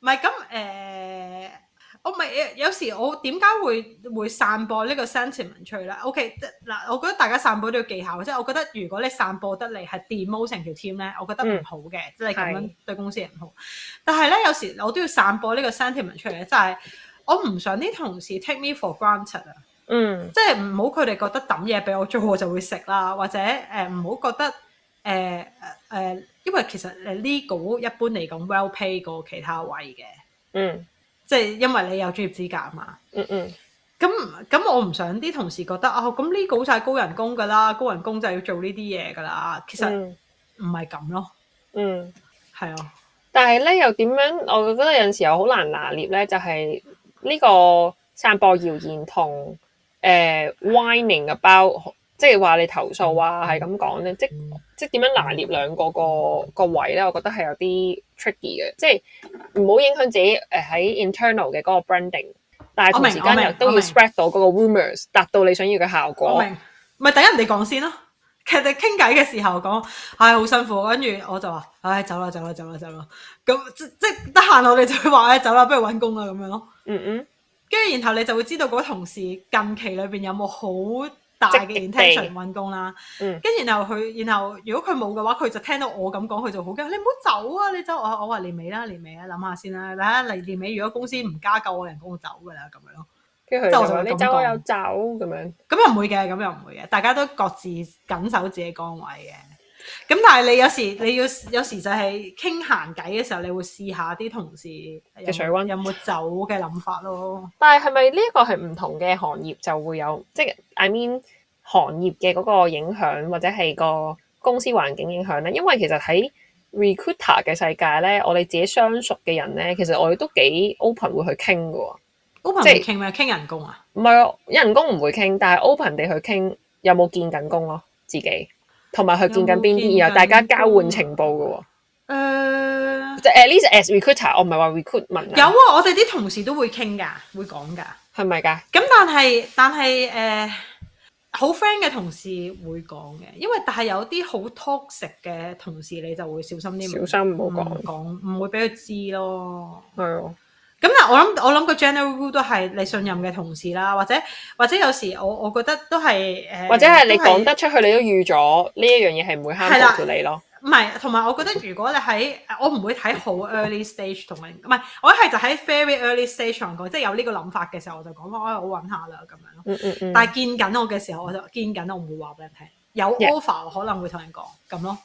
唔係咁呃誒，我咪有時我點解會會散播呢個 sentiment 出去咧？OK，嗱，我覺得大家散播都要技巧，即係我覺得如果你散播得嚟係 demote 成條 team 咧，我覺得唔好嘅，即係咁樣係對公司係唔好。但係咧，有時我都要散播呢個 sentiment 出嚟，就係、我唔想啲同事 take me for granted 啊。嗯即係唔好佢哋覺得抌嘢俾我做我就會食啦，或者誒唔好覺得誒誒、呃呃因為其實誒 legal 一般嚟講 well pay 過其他位嘅，嗯即係因為你有專業資格啊嘛。嗯嗯，咁咁我唔想啲同事覺得啊，咁 legal 就係高人工㗎啦，高人工就要做呢啲嘢㗎啦。其實嗯唔係咁咯，嗯。係啊，但係咧又點樣？我覺得有陣時又好難拿捏咧，就係、呢個散播謠言同誒、呃 whining 嘅包，即係話你投訴啊，係咁講咧，即即點樣拿捏兩個個個位咧？我覺得係有啲 tricky 嘅，即係唔好影響自己誒喺 internal 嘅嗰個 branding，但係我同明時我間明又都我明要 spread 到嗰個 rumors，達到你想要嘅效我果。明，咪等人哋講先咯。其實傾偈嘅時候講，唉、好辛苦，跟住我就話，唉、走啦走啦走啦走啦，咁即即得閒我哋就會話，唉、走啦，不如揾工啦咁樣咯。嗯嗯，跟住然後你就會知道嗰個同事近期裏邊有冇好大積嘅極地 intention 揾工啦。嗯跟住然後佢，然後如果佢冇嘅話，佢就聽到我咁講，佢就好驚，你唔好走啊！你走，我我話年尾啦，年尾啊，諗下先啦。嗱，嚟年尾如果公司唔加夠我人工，我走㗎啦咁樣咯。跟住佢即就係我就話會你咁走我講又走咁樣。咁啊又唔會嘅，咁又唔會嘅，大家都各自緊守自己崗位嘅。咁但係 [laughs] 你有時你要有時就係傾閒偈嘅時候，你會試下啲同 [laughs] 事有嘅水溫有冇走嘅諗法咯。但係係咪呢一個係唔同嘅行業就會有，即係 I mean 行業嘅嗰個影響，或者係個公司環境影響咧？因為其實喺 recruiter 嘅世界咧，我哋自己相熟嘅人咧，其實我哋都幾 open 會去傾嘅喎。 open 即係傾咩？傾人工啊？唔係啊人工唔會傾，但係 open 地去傾有冇見緊工咯，自己同埋佢見緊邊有冇見緊工啲，然後大家交換情報嘅喎。誒、即係 at least as recruiter，我唔係話 recruitment 有啊，啊！我哋啲同事都會傾㗎，會講㗎。係咪㗎？咁但係但係誒、呃好 friend 嘅同事會講嘅，因為但係有啲好 toxic 嘅同事，你就會小心啲，小心唔好唔講，講，唔會俾佢知咯。係啊，咁但係我諗我諗個 general rule 都係你信任嘅同事啦，或者或者有時我我覺得都係誒，呃或者係你都係講得出去，你都預咗呢一樣嘢係唔會係啦 harm 到你咯。唔係，同埋我覺得如果你喺我唔會睇好 early stage 同人，唔係我係就喺 very early stage 同人講，即係有呢個諗法嘅時候，我就講話哎我揾下啦咁樣咯。嗯嗯嗯，但係見緊我嘅時候，我就見緊我唔會話俾人聽。有 Yeah. offer 我可能會同人講咁咯。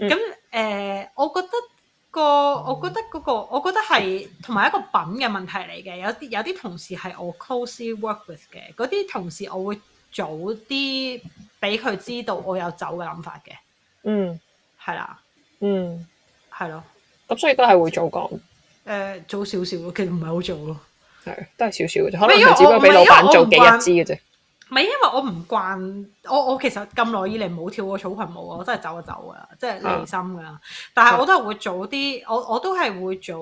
嗯咁誒、呃我覺得個我覺得嗰、個我覺得係同埋一個品嘅問題嚟嘅。有啲有啲同事係我 closely work with 嘅，嗰啲同事我會早啲俾佢知道我有走嘅諗法嘅，嗯係啦，嗯，係咯。咁所以都係會早講，誒、早少少咯，其實唔係好早咯。係都係少少嘅啫，可能因為佢只不過俾老闆做幾日知嘅啫。唔係因為我唔慣，我我其實咁耐以嚟冇跳過草裙舞啊，我真係走就走噶，即係啊離心噶啦。但係我都係會早啲，我我都係會早，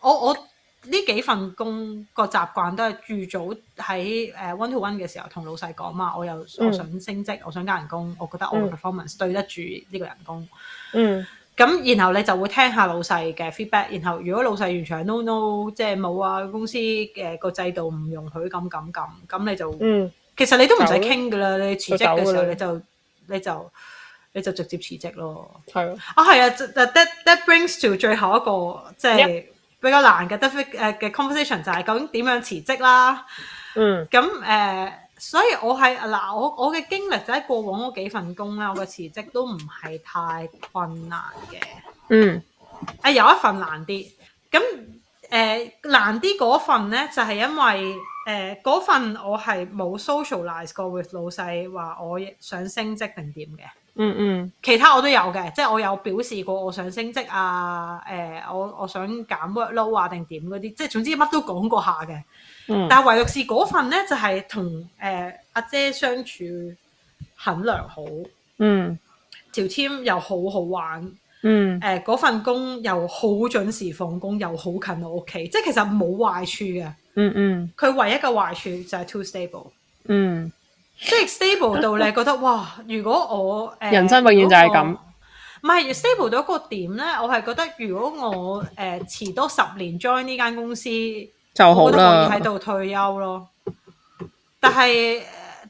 我我呢幾份工個習慣都係預早喺誒 one to one 嘅時候同老細講嘛，我又我嗯想升職，我想加人工，我覺得我嘅嗯 performance 對得住呢個人工。嗯咁然後你就會聽下老細嘅 feedback，然後如果老細完全係 no no，即係冇啊，公司嘅個制度唔容許咁咁咁，咁你就嗯其實你都唔使傾噶啦，你辭職嘅時候就你就你就你就直接辭職咯。係咯，啊係啊就，that that brings to 最後一個即係比較難嘅 d e f 誒嘅 conversation 就係究竟點樣辭職啦。嗯咁誒、呃所以我係嗱，我我嘅經歷就喺過往嗰幾份工啦，我嘅辭職都唔係太困難嘅。嗯啊有一份難啲，咁誒、呃、難啲嗰份咧就係、因為誒嗰、份我係冇 socialize 過 with 老細話我想升職定點嘅，嗯嗯其他我都有嘅，即係我有表示過我想升職啊，誒、我我想減 workload 啊定點嗰啲，即係總之乜都講過下嘅。嗯，但係唯獨是嗰份咧就係同誒阿姐相處很良好，嗯條 team 又好好玩。嗯誒嗰、份工又好準時放工，又好近我屋企，即係其實冇壞處嘅。嗯嗯佢唯一嘅壞處就係 too stable，嗯，即係 stable 到你覺得哇！如果我誒、呃人生永遠就係咁嗰個唔係 stable 到一個點咧，我係覺得如果我誒、呃、遲多十年 join 呢間公司，就好我覺得我啦要。喺度退休咯。但係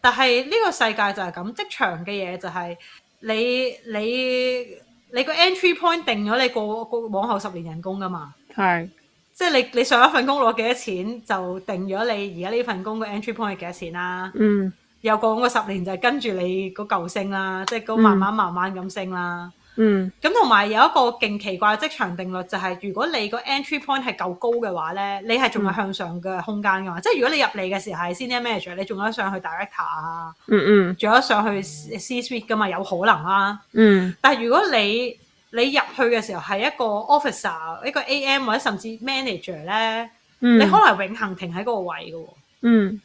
但係呢個世界就係咁，職場嘅嘢就係你你你個 entry point 定咗你過過往後十年人工噶嘛。係即係你你上一份工攞幾多錢，就定咗你而家呢份工個 entry point 係幾多錢啦。嗯又過嗰十年就係跟住你嗰嚿升啦，即係嗰嗯慢慢慢慢咁升啦。嗯咁同埋有一個勁奇怪嘅職場定律就係、如果你個 entry point 係夠高嘅話咧，你係仲嗯有向上嘅空間噶嘛。即係如果你入嚟嘅時候係 senior manager，你仲有得上去 director 啊，嗯仲有得上去 C suite 噶嘛，有可能啦、嗯嗯但係如果你你入去嘅時候係一個 officer、一個 AM 或者甚至 manager 咧，嗯，你可能係永恆停喺嗰個位嘅喎，嗯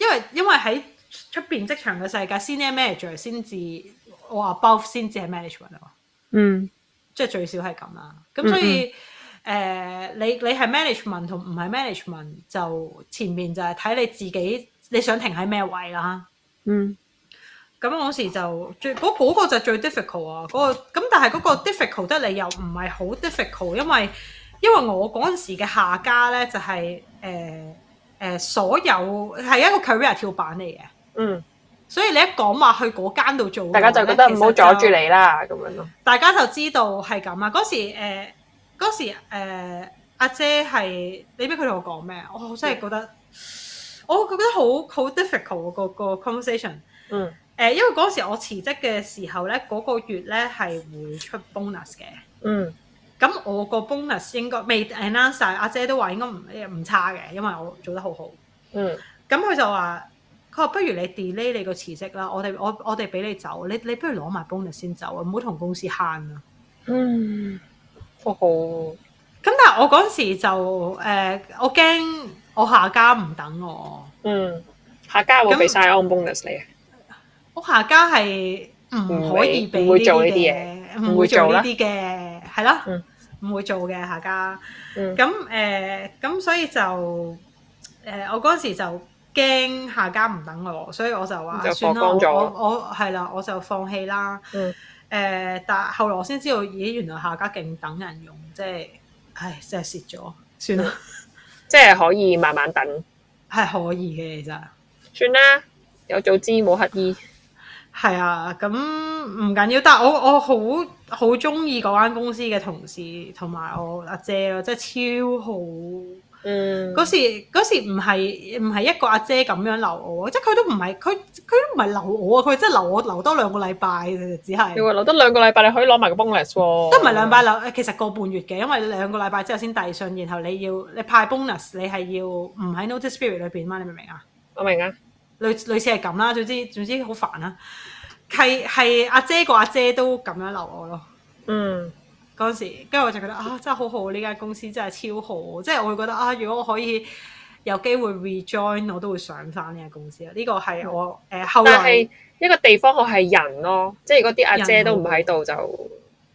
因為因為喺出邊職場嘅世界，senior manager 先至我 above 先至係 management 啊嘛，嗯即係最少係咁啦。咁所以誒、呃你你係 management 同唔係 management 就前面就係睇你自己你想停喺咩位啦。嗯咁嗰時就最嗰嗰、個就最 difficult 啊！嗰、個咁但係嗰個 difficult 得嚟又唔係好 difficult，因為因為我嗰陣時嘅下家咧就係誒誒所有係一個 career 跳板嚟嘅，嗯，所以你一講話去嗰間度做嘅大話呢，家就覺得唔好其實阻就住，你啦，咁樣咯。大家就知道係咁啊！嗰時誒嗰時誒阿姐係你biết佢同我講咩啊？我真係覺得我覺得好好 difficult 啊個個 conversation。嗯誒、因為嗰時我辭職嘅時候咧，嗰、個月咧係會出 bonus 嘅。嗯咁我個 bonus 應該未 announce 晒，阿姐都話應該唔唔差嘅，因為我做得好好。嗯咁佢就話：佢話不如你 delay 你個辭職啦，我哋我我哋俾你走，你你不如攞埋 bonus 先走啊，唔好同公司慳啊。嗯，好好。咁但係我嗰時就誒、我驚我下家唔等我，嗯，下家會俾晒 on bonus 你啊。我下家係唔可以俾唔會做呢啲嘢，唔唔會會做做呢啦啲嘅，係啦嗯，唔會做嘅下家。嗯咁誒，呃咁、所以就誒、呃我嗰時就驚下家唔等我，所以我就話就算啦，放光我咗我我係啦，我就放棄啦。嗯誒、但後來我先知道，咦，原來下家勁等人用，即係，唉，真係蝕咗，算啦，嗯即係可以慢慢等。係可以嘅，其實算啦，有早知冇乞兒。係啊，咁唔緊要，但係我我好好中意嗰間公司嘅同事同埋我阿姐咯，即係超好。嗯嗰時嗰時唔係唔係一個阿姐咁樣留我，即係佢都唔係佢佢都唔係留我啊！佢真係留我留多兩個禮拜嘅啫，只係你話留得兩個禮拜，你可以攞埋個 bonus 喎。都唔係兩拜留，誒其實個半月嘅，因為兩個禮拜之後先遞信，然後你要你派 bonus，你係要唔喺 notice period 裏邊嘛？你明唔明啊？我明啊。類類似係咁啦，總之總之好煩啦、啊。係係阿姐個阿姐都咁樣留我咯。嗯嗰陣時，跟住我就覺得啊，真係好好呢間公司真係超好，即係我會覺得啊，如果我可以有機會 rejoin，我都會上翻呢間公司啊！呢個係我誒、呃、後嗯但來係一個地方好係人咯，即係如果啲阿姐都唔喺度，就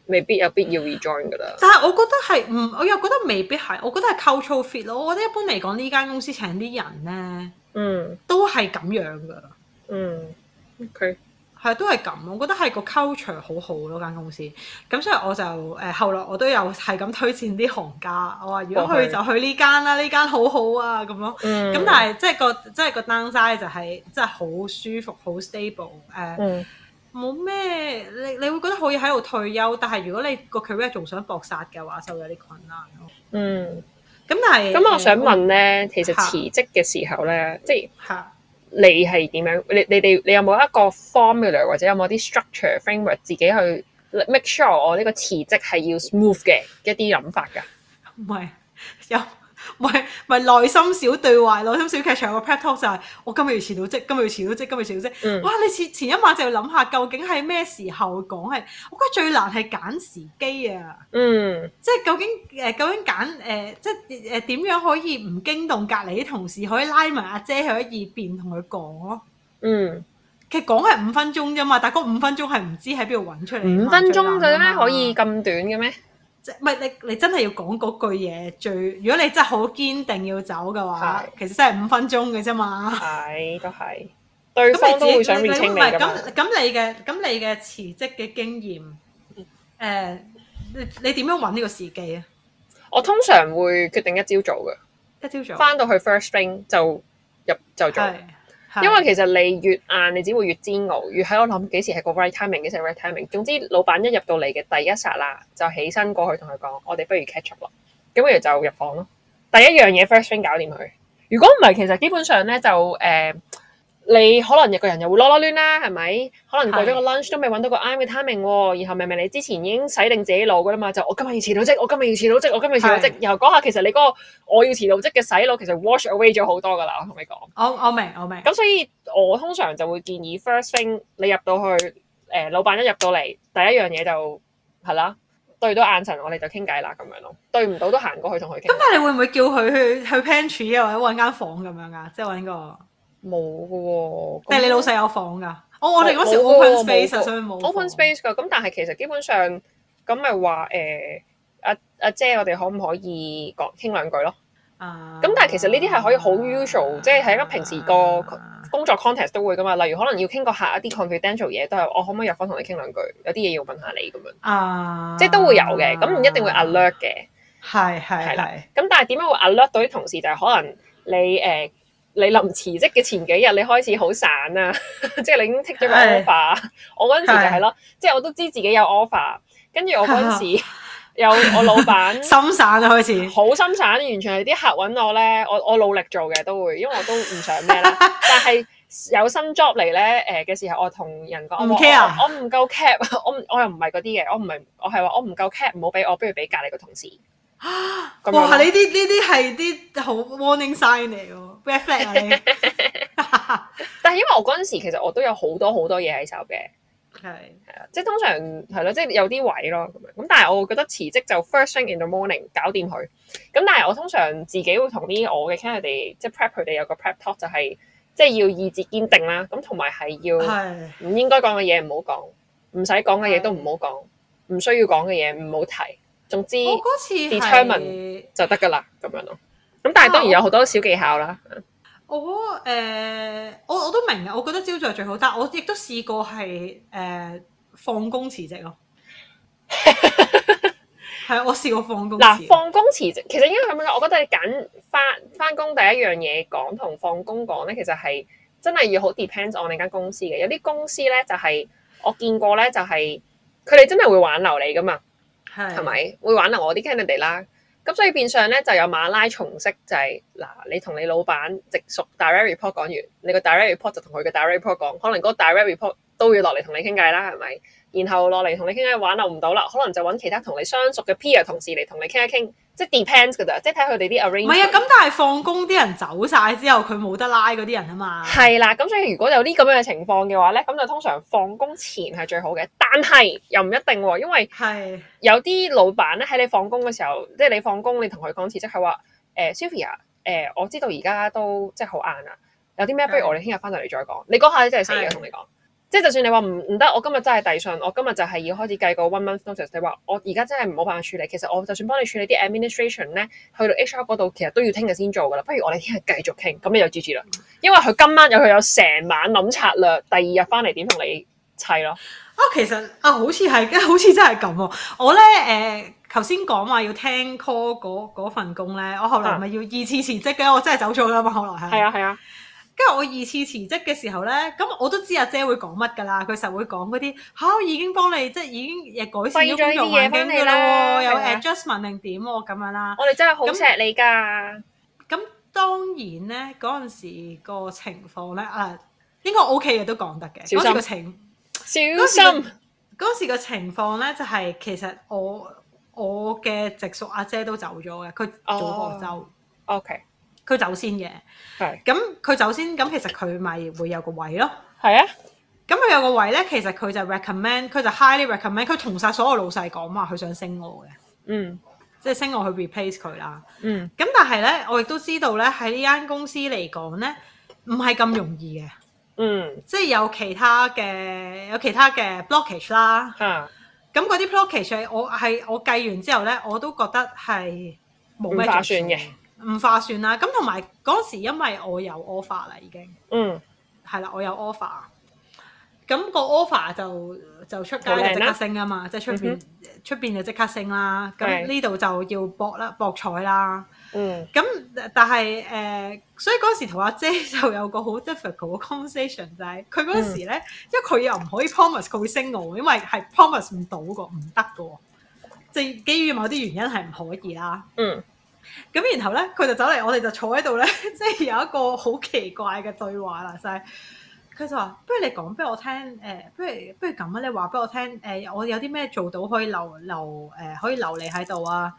未必有必要 rejoin 噶啦。但係我覺得係唔，我又覺得未必係，我覺得係 cultural fit 咯。我覺得一般嚟講，呢間公司請啲人咧嗯都係咁樣噶，嗯，OK，係都係咁。我覺得係個 culture 好好咯，間公司。咁所以我就誒、呃、後來我都有係咁推薦啲行家，我話哦如果去就去呢間啦，呢間好好啊咁咯。嗯，咁但係即係個即係個 downside 就係真係好舒服，好 stable 誒、嗯冇咩你你會覺得可以喺度退休，但係如果你個 career 仲想搏殺嘅話，就有啲困難咯。嗯，咁但係嗯咁我想誒問咧，其實嚇辭職嘅時候咧，即係嚇你係點樣？你你哋你有冇一個 formula 或者有冇啲 structure framework 自己去 make sure 我呢個辭職係要 smooth 嘅一啲諗法㗎？唔係有 [laughs] 唔係唔係內心小對話，內心小劇場有個 prep talk 就係我今日要辭到職，今日要辭到職，今日要辭到職。嗯哇！你前前一晚就要諗下究竟係咩時候講係，我覺得最難係揀時機啊！嗯即係究竟誒、呃究竟揀誒、呃即係誒點樣可以唔驚動隔離啲同事，可以拉埋阿姐喺耳邊同佢講咯。嗯，其實講係五分鐘啫嘛，但係嗰五分鐘係唔知喺邊度揾出嚟㗎嘛。五分鐘嘅最難㗎咩？嘛可以咁短嘅咩？即係唔係你你真係要講嗰句嘢最，如果你真係好堅定要走嘅話，其實真係五分鐘嘅啫嘛。係都係，對咁方都你自會己想你面你清唔你係㗎嘛。咁咁你嘅咁你嘅辭職嘅經驗，誒、你你點樣揾呢個時機啊？我通常會決定一朝早嘅，一朝早翻到去 first thing 就入就做。嗯係係因為其實你越晏，你只會越煎熬，越喺度諗幾時係個 right timing，幾時係 right timing。總之，老闆一入到嚟嘅第一剎那，就起身過去同佢講：我哋不如 catch up 啦。咁跟住就入房咯。第一樣嘢 first thing 搞掂佢。如果唔係，其實基本上咧就誒、呃你可能一個人又會囉囉攣啦，係咪？可能過咗個 lunch 都未揾到個啱嘅 timing 喎。然後明明你之前已經洗定自己腦噶啦嘛，就我今日要辭到職，我今日要辭到職，我今日要辭到職係。然後嗰下其實你嗰個我要辭到職嘅洗腦，其實 wash away 咗好多噶啦。我同你講。我我明我明，咁所以我通常就會建議 first thing 你入到去，誒、呃老闆一入到嚟，第一樣嘢就係啦，對到眼神我哋就傾偈啦咁樣咯，對唔到都行過去同佢傾。咁但係你會唔會叫佢去去 pantry 啊，或者揾間房咁樣啊？即係揾個，冇嘅喎，但係你老細有房㗎。我我哋嗰時冇冇 open 喎 space 啊，冇所以冇房 open space 㗎，咁但係其實基本上咁咪話誒阿阿姐，我哋可唔可以講傾兩句咯？啊。咁但係其實呢啲係可以好 usual，即係喺一個平時個啊工作 context 都會噶嘛，例如可能要傾個客一啲 confidential 嘢，都係哦我可唔可以入房同你傾兩句，有啲嘢要問下你咁樣，啊，即係都會有嘅，咁唔一定會 alert 嘅。係係係啦係咁但係點樣會 alert 到啲同事就係、可能你誒、呃你臨辭職嘅前幾日，你開始好散啊， [laughs] 即係你已經剔咗個係 offer。我嗰陣時就係係啊咯，即係我都知自己有 offer，跟住我嗰陣時有我老闆 [laughs] 心散啦開始。好心散，完全係啲客揾我咧，我我努力做嘅都會，因為我都唔想咩 [laughs] 啦。但係有新 job 嚟咧誒嘅時候，我同人講唔我 care 啊我我唔夠 cap，我 [laughs] 唔我又唔係嗰啲嘅，我唔係我係話我唔夠 cap，唔好俾我，不如俾隔離個同事。咁樣咯哇！呢啲呢啲係啲好 warning sign 嚟喎，red flag 啊你。但係因為我嗰陣時其實我都有好多好多嘢喺手嘅， [laughs] 係即係通常係咯，即係有啲位咯咁樣。咁但係我會覺得辭職就 first thing in the morning 搞掂佢。咁但係我通常自己會同啲我嘅 candidate 即係 prep 佢哋有個 prep talk 就係、即係要意志堅定啦，咁同埋係要係唔應該講嘅嘢唔好講，唔使講嘅嘢都唔好講，唔需要講嘅嘢唔好提，總之我嗰次 determine 係就得㗎啦咁樣咯。咁但係當然有好多小技巧啦，我誒我我都明啊，我覺得朝早係最好，但我亦都試過係誒放工辭 [laughs] 職咯。係啊我試過放工辭嗱，職。放工辭職，其實應該咁樣講，我覺得你揀翻翻工第一樣嘢講同放工講咧，其實係真係要好 depends on 你間公司嘅。有啲公司咧就係、我見過咧就係佢哋真係會挽留你噶嘛，係係咪？會挽留我啲 candidate 啦。咁所以變相咧就有馬拉松式，就係、嗱，你同你老闆直屬 direct report 講完，你個 direct report 就同佢嘅 direct report 講，可能嗰個 direct report 都要落嚟同你傾偈啦，係咪？然後落嚟同你傾偈玩留啊唔到啦，可能就揾其他同你相熟嘅 peer 同事嚟同你傾一傾，即係 depends 㗎咋，即係睇佢哋啲 arrange。唔係啊，咁但係放工啲人走晒之後，佢冇得拉嗰啲人啊嘛。係啦，咁所以如果有啲咁樣嘅情況嘅話咧，咁就通常放工前係最好嘅，但係又唔一定喎，因為係有啲老闆咧喺你放工嘅時候，即係你放工你同佢講辭職，佢話誒 Sophia 誒，我知道而家都即係好晏啦，有啲咩不如我哋聽日翻到嚟再講。你嗰下真係死嘅，係同你講。即係就算你話唔唔得，我今日真係遞信，我今日就係要開始計個 one month notice。你話我而家真係冇辦法處理，其實我就算幫你處理啲 administration 咧，去到 HR 嗰度其實都要聽日先做㗎啦。不如我哋聽日繼續傾，咁你就 GG 啦。因為佢今晚有佢有成晚諗策略，第二日翻嚟點同你砌咯。啊，其實啊，好似係，好似真係咁喎。我咧誒，頭先講話要聽 call 嗰嗰份工咧，我後來嗯咪要二次辭職嘅，我真係走咗啦嘛，後來係。係啊係啊，跟住我二次辭職嘅時候咧，咁我都知阿姐會講乜㗎啦，佢實會講嗰啲嚇，我已經幫你即係已經誒改善咗工作環境㗎啦喎，有廢咗呢啲嘢返嚟啦啊 adjustment 定點喎咁樣啦。我哋真係好咁錫你㗎。咁當然咧，嗰陣時個情況咧啊，應該 OK 嘅都講得嘅。小心嗰陣時小個情嗰心時嗰陣時個情況咧，就係、其實我我嘅直屬阿姐都走咗嘅，佢早我走， ，OK，佢、走先嘅。係咁佢走先，咁其實佢咪會有個位咯。係啊，咁佢有個位咧，其實佢就 recommend，佢就 highly recommend，佢同晒所有老細講話，佢想升我嘅，嗯即係升我去 replace 佢啦。嗯，咁但係咧，我亦都知道咧，喺呢間公司嚟講咧，唔係咁容易嘅，嗯即係有其他嘅有其他嘅 blockage 啦。嚇，咁嗰啲 blockage 我係我計完之後咧，我都覺得係冇咩唔划着算數嘅，唔化算啦。咁同埋嗰時因為我有 offer 啦，已經嗯，係啦，我有 offer。咁、個 offer 就就出街好靚就即啦刻升啊嘛，即係出邊出邊就即刻升啦。係咁呢度就要搏啦，搏彩啦。嗯，咁但係誒、呃所以嗰時同阿姐就有個好 difficult 嘅 conversation，就係佢嗰時咧，因為佢又唔可以 promise 佢會升我，因為係 promise 唔到個，唔得嘅喎，即係基於某啲原因係唔可以啦。嗯，咁然後咧，佢就走嚟，我哋就坐喺度咧， [laughs] 即係有一個好奇怪嘅對話啦，就係、佢就話：不如你講俾我聽，誒、不如不如咁啊！你話俾我聽，誒、我有啲咩做到可以留留誒、可以留你喺度啊？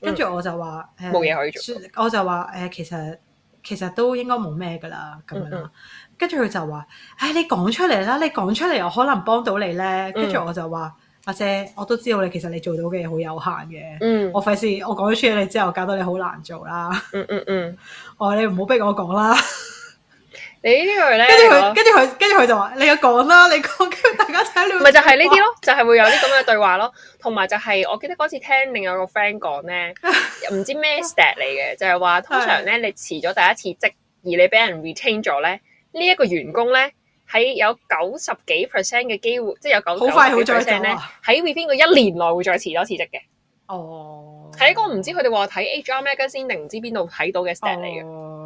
跟住我就話誒，嗯冇嘢可以做算我就話誒、其實其實都應該冇咩噶啦，咁樣嗯啦。跟住佢就話：，唉、你講出嚟啦，你講出嚟，我可能幫到你咧。跟住嗯我就話：阿姐，我都知道你其實你做到嘅嘢好有限嘅。嗯，我費事我講咗出嚟之後，搞到你好難做啦。 [laughs] 嗯嗯嗯，我話你唔好逼我講 [laughs] 啦。你呢句咧，跟住佢，跟住佢，跟住佢就話：你又講啦， [laughs] 你講，跟住大家睇你。咪就係呢啲。咯，就係會有啲咁嘅對話咯，同埋就係我記得嗰次聽另外個 friend 講 [laughs] 咧，唔知咩 stat 嚟嘅，就係話通常咧你辭咗第一次職，而你俾人 retain 咗咧，呢一個員工咧喺有九十幾 percent 嘅機會，即係有九好快好九十幾再 percent 走咧，啊！喺 within 個一年內會再辭多次職嘅，哦，喺一個唔知佢哋話睇 HR magazine 定唔知邊度睇到嘅 stat 嚟嘅，哦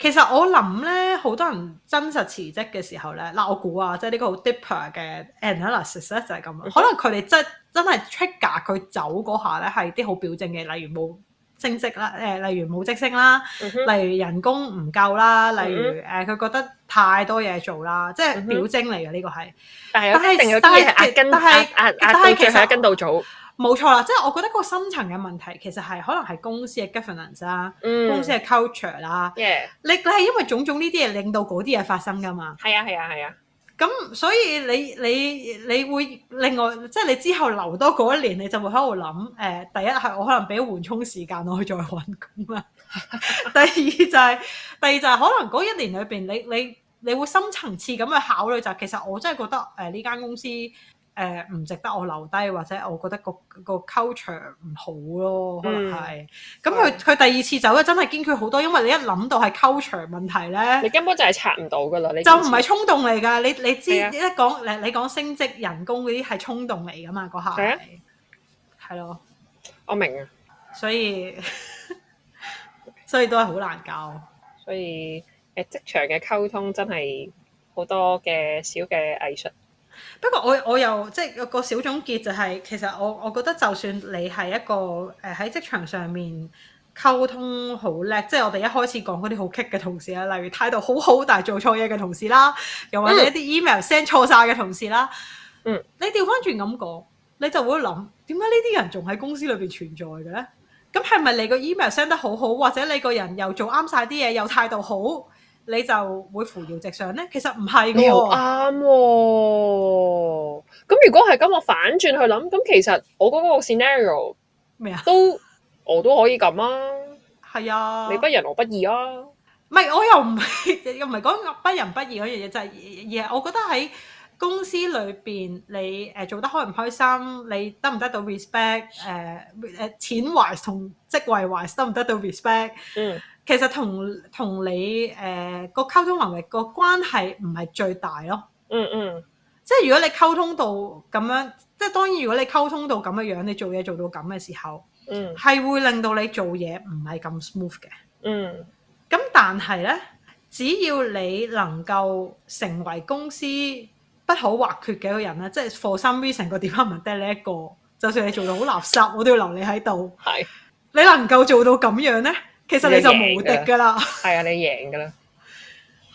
其實我諗咧，好多人真實辭職嘅時候咧，嗱我估啊，即係呢個好 deeper 嘅 analysis 咧就係嗯咁啦。啊可能佢哋真真係 trigger 佢走嗰下咧係啲好表徵嘅，例如冇升職啦，誒、例如冇職升啦，嗯哼例如人工唔夠啦，例如呃誒佢、覺得太多嘢做啦，即嗯係哼表徵嚟嘅呢個係。但係有一定有啲嘢係壓根但係壓壓壓但到係其最實後一根稻草，冇錯啦，即係我覺得個深層嘅問題其實係可能係公司嘅 governance 啦，嗯，公司嘅 culture 啦， yeah，你你係因為種種呢啲嘢令到嗰啲嘢發生噶嘛，係啊係啊係啊，咁所以你你你會另外即係你之後留多嗰一年，你就會喺度諗誒，第一係我可能俾緩衝時間我去再揾工啦， [laughs] 第二就係、第二就係可能嗰一年裏邊你你你會深層次咁去考慮就係、其實我真係覺得誒呢間公司。誒唔、值得我留低，或者我覺得個個 culture 唔好咯，可能係。咁佢佢第二次走咧，真係堅決好多，因為你一諗到係 culture 問題咧，你根本就係拆唔到㗎啦，你就唔係衝動嚟㗎，你你知係啊一講你你講升職人工嗰啲係衝動嚟㗎嘛，嗰下係啊係係咯，我明啊，所以 [laughs] 所以都係好難教。所以誒職場嘅溝通真係好多嘅小嘅藝術。不過我我又即係有個小總結就係、其實我我覺得就算你係一個誒喺、職場上面溝通好叻，即係我哋一開始講嗰啲好棘嘅同事啦，例如態度好好但係做錯嘢嘅同事啦，又或者一啲 email send 錯晒嘅同事啦，嗯，你調翻轉咁講，你就會諗點解呢啲人仲喺公司裏邊存在嘅咧？咁係咪你個 email send 得好好，或者你個人又做啱晒啲嘢，又態度好，你就會扶搖直上咧？其實唔係嘅你又喎。啱喎，咁如果係咁，我反轉去諗，咁其實我嗰個 scenario 咩啊？都我都可以咁啊，係啊，你不仁我不義啊，唔係，我又唔係 [laughs] 又唔係講不仁不義嗰樣嘢，就係而係我覺得喺公司裏邊，你誒、呃做得開唔開心，你得唔得到 respect？誒、誒錢 wise 同職位 wise 得唔得到 respect？嗯其實同同你誒個、溝通能力個關係唔係最大咯。嗯嗯，即係如果你溝通到咁樣，即係當然如果你溝通到咁嘅樣，你做嘢做到咁嘅時候，嗯係會令到你做嘢唔係咁 smooth 嘅。嗯咁但係咧，只要你能夠成為公司不可或缺嘅一個人咧，即係 for some reason 個 department 得你一個，就算你做到好垃圾，我都要留你喺度。係你能夠做到咁樣咧，其實你就無敵 [laughs] 㗎啦。係啊，你贏㗎啦，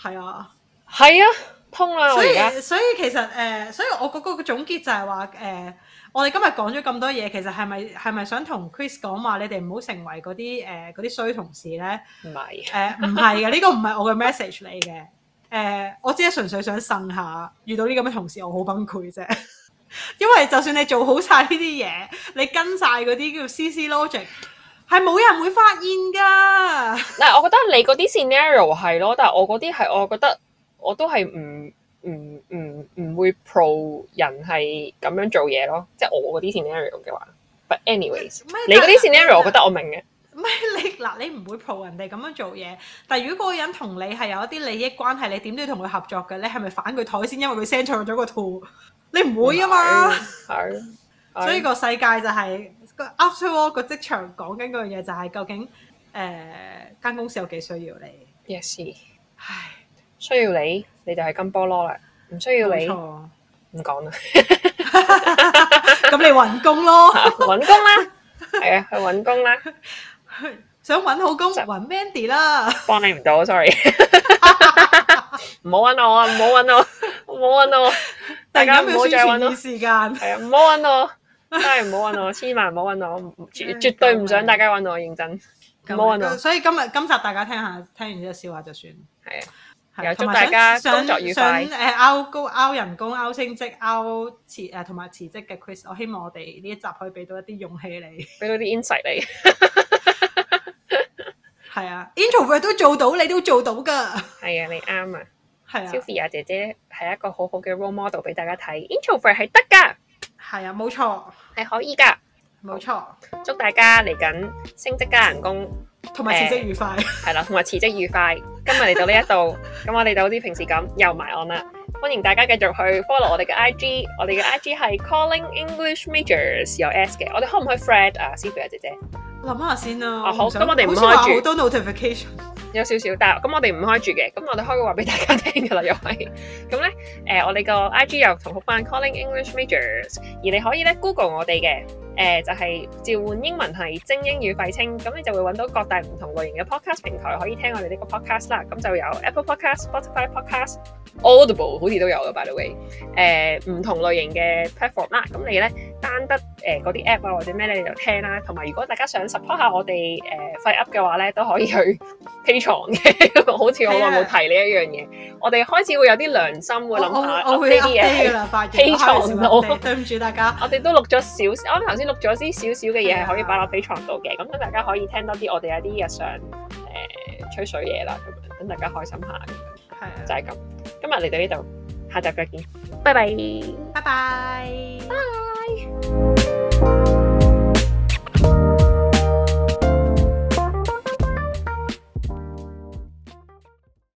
係啊，係啊，通啦，我所而家以所以其實誒、呃所以我嗰個總結就係話誒，我哋今日講咗咁多嘢，其實係咪係咪想同 Chris 講話，你哋唔好成為嗰啲誒嗰啲衰同事咧？唔係，誒呃唔係嘅，呢個唔係我嘅 message 嚟嘅。誒、呃我只係純粹想呻下，遇到呢咁嘅同事，我好崩潰啫。 [laughs] 因為就算你做好晒呢啲嘢，你跟晒嗰啲叫 CC logic，係冇人會發現㗎。嗱，我覺得你嗰啲 scenario 係咯，但係我嗰啲係我覺得我都係唔唔唔唔會 pro 人係咁樣做嘢咯，即係我嗰啲 scenario 嘅話。But anyways，你嗰啲 scenario 我覺得我明嘅，唔係你嗱，你唔會 pro 人哋咁樣做嘢，但係如果嗰個人同你係有一啲利益關係，你點都要同佢合作嘅，你係咪反佢台先？因為佢 send 錯咗個圖，你唔會啊嘛。嗯係，係所以個世界就係、個 after all 個職場講緊嗰樣嘢就係究竟誒間、公司有幾需要你？ yes，唉，需要你你就係金菠蘿啦，唔需要冇你錯。唔講啦，咁你 [laughs] 揾工咯，揾啊工啦，係啊，去揾工啦，想揾好工就揾 Mandy 啦。幫你唔到，sorry，唔好揾我啊，唔好揾我，唔好揾我，突大然家間唔要好再宣揾傳我啲。時間，係啊，唔好揾我，真係唔好揾我，千萬唔好揾我，唔絕唉絕對唔救命想大家揾我，認真。唔好揾我嗯咁啊所以今日今集大家聽下，聽完之後笑下就算。係啊，係又祝同埋大家想工作愉快想誒 out 高 out 人工 out 升職 out 辭誒同埋辭職嘅 Chris，我希望我哋呢一集可以俾到一啲勇氣你。俾到啲 insight 你，係啊，introvert 都做到，你都做到㗎。係啊，你啱啊係啊， ，Sylvia 姐姐係一個好好嘅 role model 俾大家睇，introvert 係得㗎，係啊，冇錯，係可以㗎。冇錯，祝大家嚟緊升職加人工，同埋辭職愉快。係啦，同埋辭職愉快。今日嚟到呢一度， [laughs] 咁我哋就好似平時咁又埋岸啦。歡迎大家繼續去 follow 我哋嘅 IG，我哋嘅 IG 係 Calling English Majors 有 S 嘅。我哋可唔可以 friend 啊，Sylvia 姐姐？諗下先啦。啊好唔想咁我哋唔好似話開住好多 notification。有少少，但係咁我哋唔開住嘅，咁我哋開個話俾大家聽㗎啦，又係咁咧。誒、呃我哋個 IG 又重複翻 Calling English Majors，而你可以咧 Google 我哋嘅。誒、就係、召喚英文係精英與廢青，咁你就會揾到各大唔同類型嘅 podcast 平台可以聽我哋呢個 podcast 啦。咁就有 Apple Podcast、Spotify Podcast、Audible 好似都有嘅，by the way。誒、唔同類型嘅 platform 啦，咁你咧單得誒嗰啲 app 啊或者咩咧你就聽啦。同埋如果大家想 support 下我哋誒、廢 up 嘅話咧，都可以去 Patreon 嘅。 [laughs] 好似好耐冇提呢一樣嘢，我哋開始會有啲良心我會諗下我我會呢啲嘢 update 㗎係。啦，發現。非常我開始好 update，對唔住大家。 [laughs] 我哋都錄咗少，我頭先錄咗啲少少嘅嘢係可以係啊擺落 Patreon 度嘅，咁等大家可以聽多啲我哋有啲日常誒、吹水嘢啦，咁樣等大家開心下，係啊。就係、咁。今日嚟到呢度，下集再見，拜拜。拜拜。 Bye.